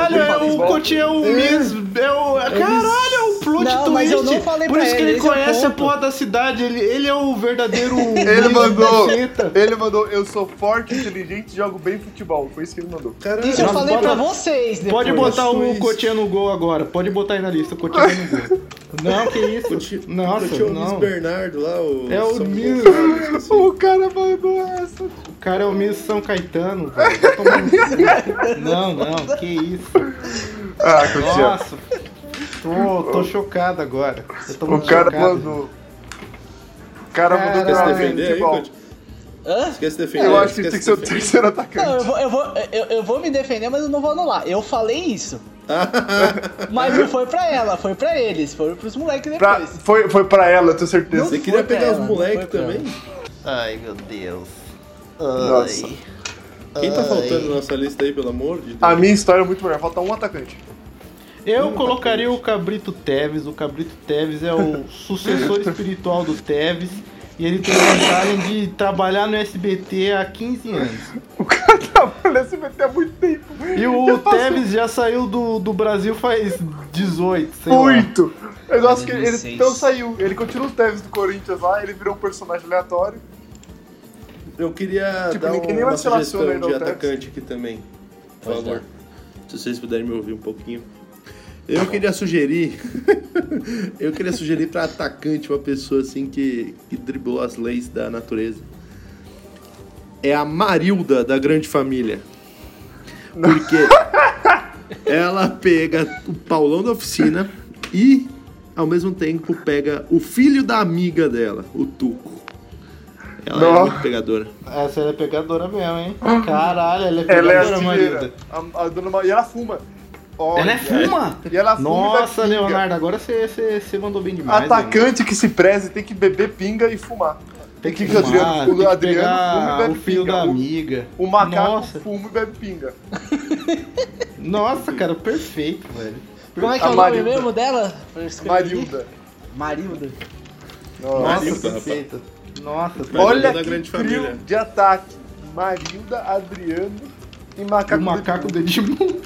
B: bem futebol.
D: é o mesmo. É o, caralho, é o plot
E: Não, mas eu não falei pra ele, esse é o ponto.
D: da cidade. Ele, ele é o verdadeiro.
B: Ele mandou.
D: Seta.
B: Ele mandou, eu sou forte, inteligente, jogo bem futebol. Foi isso que ele mandou.
C: Caralho.
E: Isso eu
D: Nós
E: falei
D: bota-
E: pra vocês depois.
D: Pode botar o
C: Twist.
D: Cotinha no gol agora. Pode botar aí na lista, o Cotinha no gol. Não, que isso?
C: Cotia-
D: Nossa,
C: Cotia é o
D: não.
C: Miss Bernardo lá, o.
D: É o
C: São
D: Miss-
C: Gonçalo, esqueci.
B: O cara mandou essa.
D: O cara é o Miss São Caetano, velho. Vai tomar no cu. Não, não, que isso.
B: Ah, Cotia.
D: Nossa. Tô, tô chocado agora. Eu tô
B: O
D: muito
B: cara
D: chocado.
B: mandou. O cara mandou
C: Quer se
B: pra
D: Caralho,
C: defender aí,
B: futebol.
C: Cotia?
E: Hã?
C: Esquece de defender.
B: Eu acho que
C: esquece
B: tem que ser o
C: de defender.
B: terceiro
E: Não, eu
B: atacante.
E: vou, eu, vou, eu, eu vou me defender, mas eu não vou anular. Eu falei isso. mas não foi pra ela, foi pra eles. Foi pros moleques
B: Pra-
E: depois.
B: foi, foi pra ela, eu tenho certeza.
C: Você
E: Não
C: queria
E: foi pra
C: pegar os
E: ela,
C: moleques
E: não foi pra
C: também?
D: Ai, meu Deus.
B: Nossa.
C: Quem tá
D: Ai.
C: faltando na nossa lista aí, pelo amor de Deus?
B: A minha história é muito melhor. Falta um atacante. tá
D: Eu colocaria o Cabrito Teves. O Cabrito Teves é o sucessor espiritual do Teves. E ele tem a vantagem de trabalhar no SBT há 15 anos.
B: O cara trabalha no SBT há assim, muito tempo.
D: E o
B: Eu faço
D: Teves já saiu do, do Brasil faz 18, sei lá.
B: Muito! Eu gosto que ele
E: 2006.
B: então saiu. Ele continua os Tevez do Corinthians lá, ele virou um personagem aleatório.
C: Eu queria
B: Tipo,
C: dar
B: ninguém
C: um-
B: nem
C: uma
B: mais se relaciona ainda
C: sugestão de
B: ao Tevez.
C: atacante aqui também. Por
E: Pode
C: favor. Se vocês puderem me ouvir um pouquinho. Eu queria sugerir. eu queria sugerir pra atacante uma pessoa assim que, que driblou as leis da natureza. É a Marilda da Grande Família. Porque ela pega o Paulão da oficina e, ao mesmo tempo, pega o filho da amiga dela, o Tuco. Ela é
B: Não.
C: muito pegadora.
D: Essa ela é pegadora mesmo, hein? Caralho, ela é
B: Ah. Ela é
D: pegadora,
B: artilheira.
D: Marilda.
B: A, a dona Ma- E ela fuma. Olha.
D: é fuma?
B: E ela fuma e
D: Nossa,
B: bebe pinga.
D: Leonardo, agora você- você você mandou bem demais. hein?
B: Atacante que se preze tem que beber pinga e fumar. Tem que,
D: Fumar,
B: o Adriano,
D: tem
B: o
D: que
B: Adriano
D: pegar
B: fuma e
D: o
B: bebe
D: filho
B: pinga.
D: da
B: O-
D: amiga.
B: O, macaco
D: Nossa,
B: fuma e bebe pinga.
D: nossa, cara, perfeito, velho.
E: Como é que é
B: A
E: o nome
B: Marilda.
E: mesmo dela? Eu escrevi aqui.
B: Marilda.
C: Marilda,
E: Marilda.
B: Nossa,
C: rapaz.
B: perfeita.
D: Nossa,
C: Marilda
B: Olha
C: da grande
B: que trio
C: família.
B: de ataque. Marilda, Adriano e
D: o
B: Macaco.
D: macaco do Edmundo.
B: Dedinho.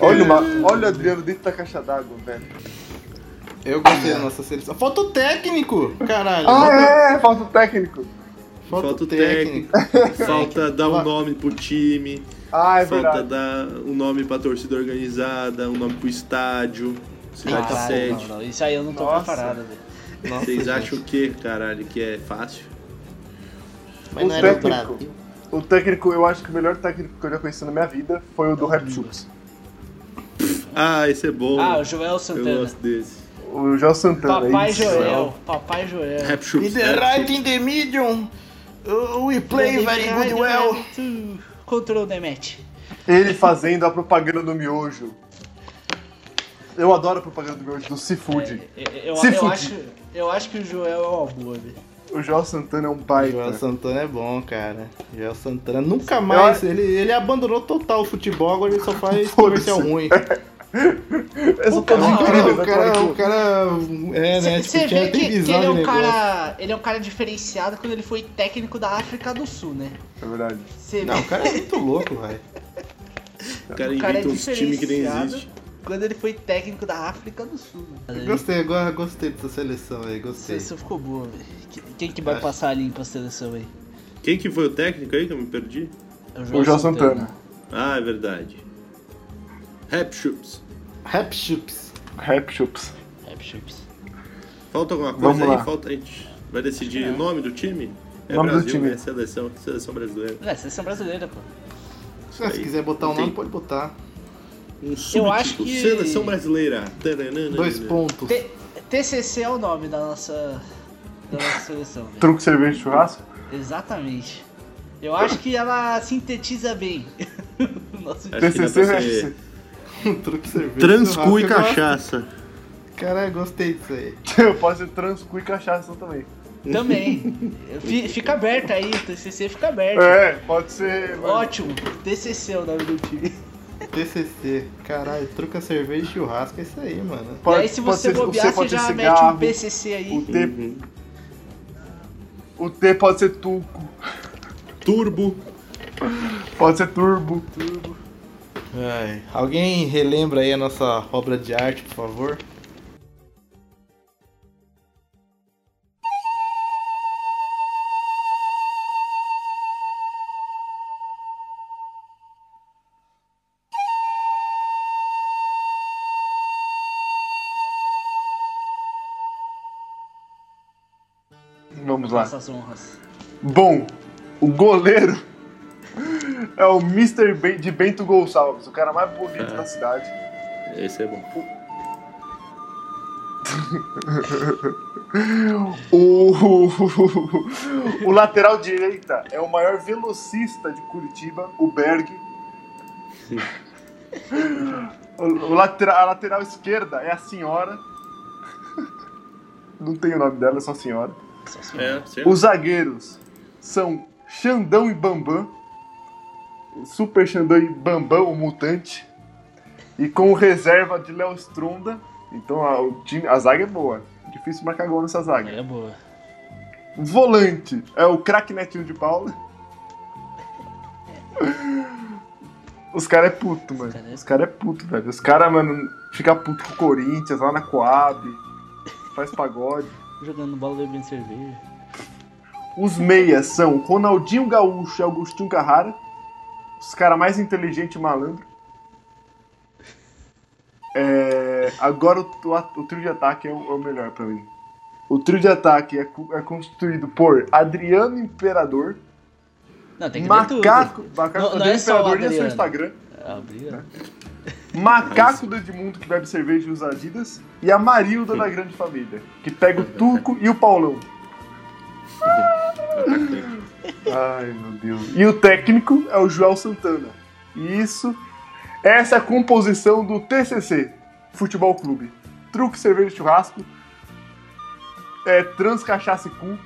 B: Olha, o ma- olha o Adriano dentro da caixa d'água, velho.
D: Eu gostei da nossa seleção. Falta o técnico! Caralho.
B: Ah, é, falta o técnico.
C: Falta o técnico. Falta dar um nome pro time,
B: Ah, é
C: falta
B: verdade.
C: dar um nome pra torcida organizada, um nome pro estádio, cidade
E: Caralho, não,
C: sede.
E: não. Isso aí eu não tô
B: Nossa.
E: preparado, velho.
D: Nossa,
C: Vocês
D: gente.
C: acham o que, caralho, que é fácil?
D: Mas
B: O
D: não era o
B: técnico.
D: Brasil.
B: O técnico, eu acho que o melhor técnico que eu já conheci na minha vida foi o do Rap Chubas.
C: Ah, esse é bom.
E: Ah, o Joel
C: eu
E: Santana.
C: gosto desse.
B: O João Santana. é
E: Papai
B: isso.
E: Joel. Papai Joel.
C: Rap Shoes,
D: In the
C: Rap
D: right,
C: Shoes.
D: in the medium, uh, we play very good well.
E: Control the match.
B: Ele fazendo a propaganda do miojo. Eu adoro a propaganda do miojo, do seafood.
E: Eu, É, eu-
B: Se
E: eu
B: fude.
E: acho, eu acho que o Joel é uma boa, velho.
B: O João Santana é um baita.
D: Joel Santana é bom, cara. Joel Santana nunca mais. Ele, ele abandonou total o futebol, agora ele só faz comercial ruim.
B: É só
E: cara,
D: o
B: incríveis, né,
D: cara, o
B: claro que-
D: cara. É, né?
E: Você
D: Tipo, tinha,
E: vê que,
D: tem
E: que ele,
D: visão
E: é
D: de
E: um
D: negócio.
E: cara, ele é um cara diferenciado quando ele foi técnico da África do Sul, né?
B: É verdade.
E: Você
D: Não,
E: vê
D: o cara é muito louco, velho.
C: O cara
E: o cara é
C: inventa uns times que nem
E: diferenciado
C: existe.
E: quando ele foi técnico da África do Sul. Né?
D: Gostei, agora gostei dessa seleção aí, gostei.
E: Isso ficou boa, velho. Que- Quem que vai
D: Acho.
E: passar ali pra seleção aí?
C: Quem que foi o técnico aí que eu me perdi?
E: É
B: O João Santana.
C: Ah, é verdade. Rap Shoes.
D: Rap Chips.
B: Rap Chups.
E: Rap Chips.
C: Falta alguma coisa
B: Vamos
C: aí?
B: lá.
C: Falta a gente. Vai decidir o nome do time? É
B: Nome do
C: Brasil,
B: time.
C: é seleção, seleção brasileira.
E: É, seleção brasileira, pô.
C: Isso
D: Ah,
C: aí.
D: se quiser botar um
C: Tem
D: nome, pode botar.
C: Um subtítulo,
E: acho que-
C: seleção brasileira. Tananana.
D: Dois pontos.
E: T- TCC é o nome da nossa, da nossa seleção, velho.
B: Truco, cerveja e churrasco?
E: Exatamente. Eu acho que ela sintetiza bem o
C: Acho que
E: nosso
C: dá
B: TCC
C: pra
B: e
C: ser
B: UFC.
D: Um truque de cerveja. é
C: Transcu e
D: Eu gosto.
C: cachaça.
D: Caralho, gostei disso aí.
B: Eu posso ser transcu e cachaça também.
E: Também. Fi- Fica aberto aí, o TCC fica aberto.
B: É, pode ser.
E: Ótimo, TCC é o nome do time.
D: TCC, caralho, truca cerveja e churrasco, é isso aí, mano.
E: e aí, se você bobear, você já mete um PCC
B: O
E: aí.
B: T,
C: Uhum.
B: o T pode ser tuco,
C: Turbo.
B: pode ser turbo.
D: Ai, alguém relembra aí a nossa obra de arte, por favor?
B: Vamos lá.
E: Nossas honras.
B: Bom, o goleiro é o Mr. Ben- de Bento Gonçalves, o cara mais bonito da cidade.
C: Esse é bom.
B: O, o lateral direita é o maior velocista de Curitiba, o Berg. O, o latera- a lateral esquerda é a senhora. Não tem o nome dela, é só senhora.
E: Nossa senhora.
C: É, certo.
B: Os zagueiros são Xandão e Bambam. O Super Xandão e Bambam, o mutante. E com reserva de Léo Stronda. Então a, o time- a zaga é boa. Difícil marcar gol nessa zaga.
E: É boa.
B: Volante é o craque Netinho de Paula. Os caras é puto, mano.
E: cara é-
B: Os caras é puto, velho. Os caras, mano, fica puto com o Corinthians, lá na Coab, faz pagode.
E: Jogando bola bebendo cerveja.
B: Os meias são Ronaldinho Gaúcho e Augustinho Carrara. Os caras mais inteligentes e malandro. É, agora o, o a- o trio de ataque é o, é o melhor pra mim. O trio de ataque é, cu- é constituído por Adriano Imperador,
E: Não, tem que ter
B: Macaco,
E: tudo. Ah,
B: macaco
E: Não- não
B: Adriano
E: é só o
B: Imperador e seu
E: Adriano.
B: Instagram.
E: Abrir, ó.
B: Macaco do Edmundo que bebe cerveja e usa Adidas. E a Marilda da Grande Família, que pega o Tuco e o Paulão. Ai, meu Deus. E o técnico é o Joel Santana. E isso, essa é a composição do TCC, Futebol Clube. Truque, cerveja e churrasco. É, trans, cachaça e cu.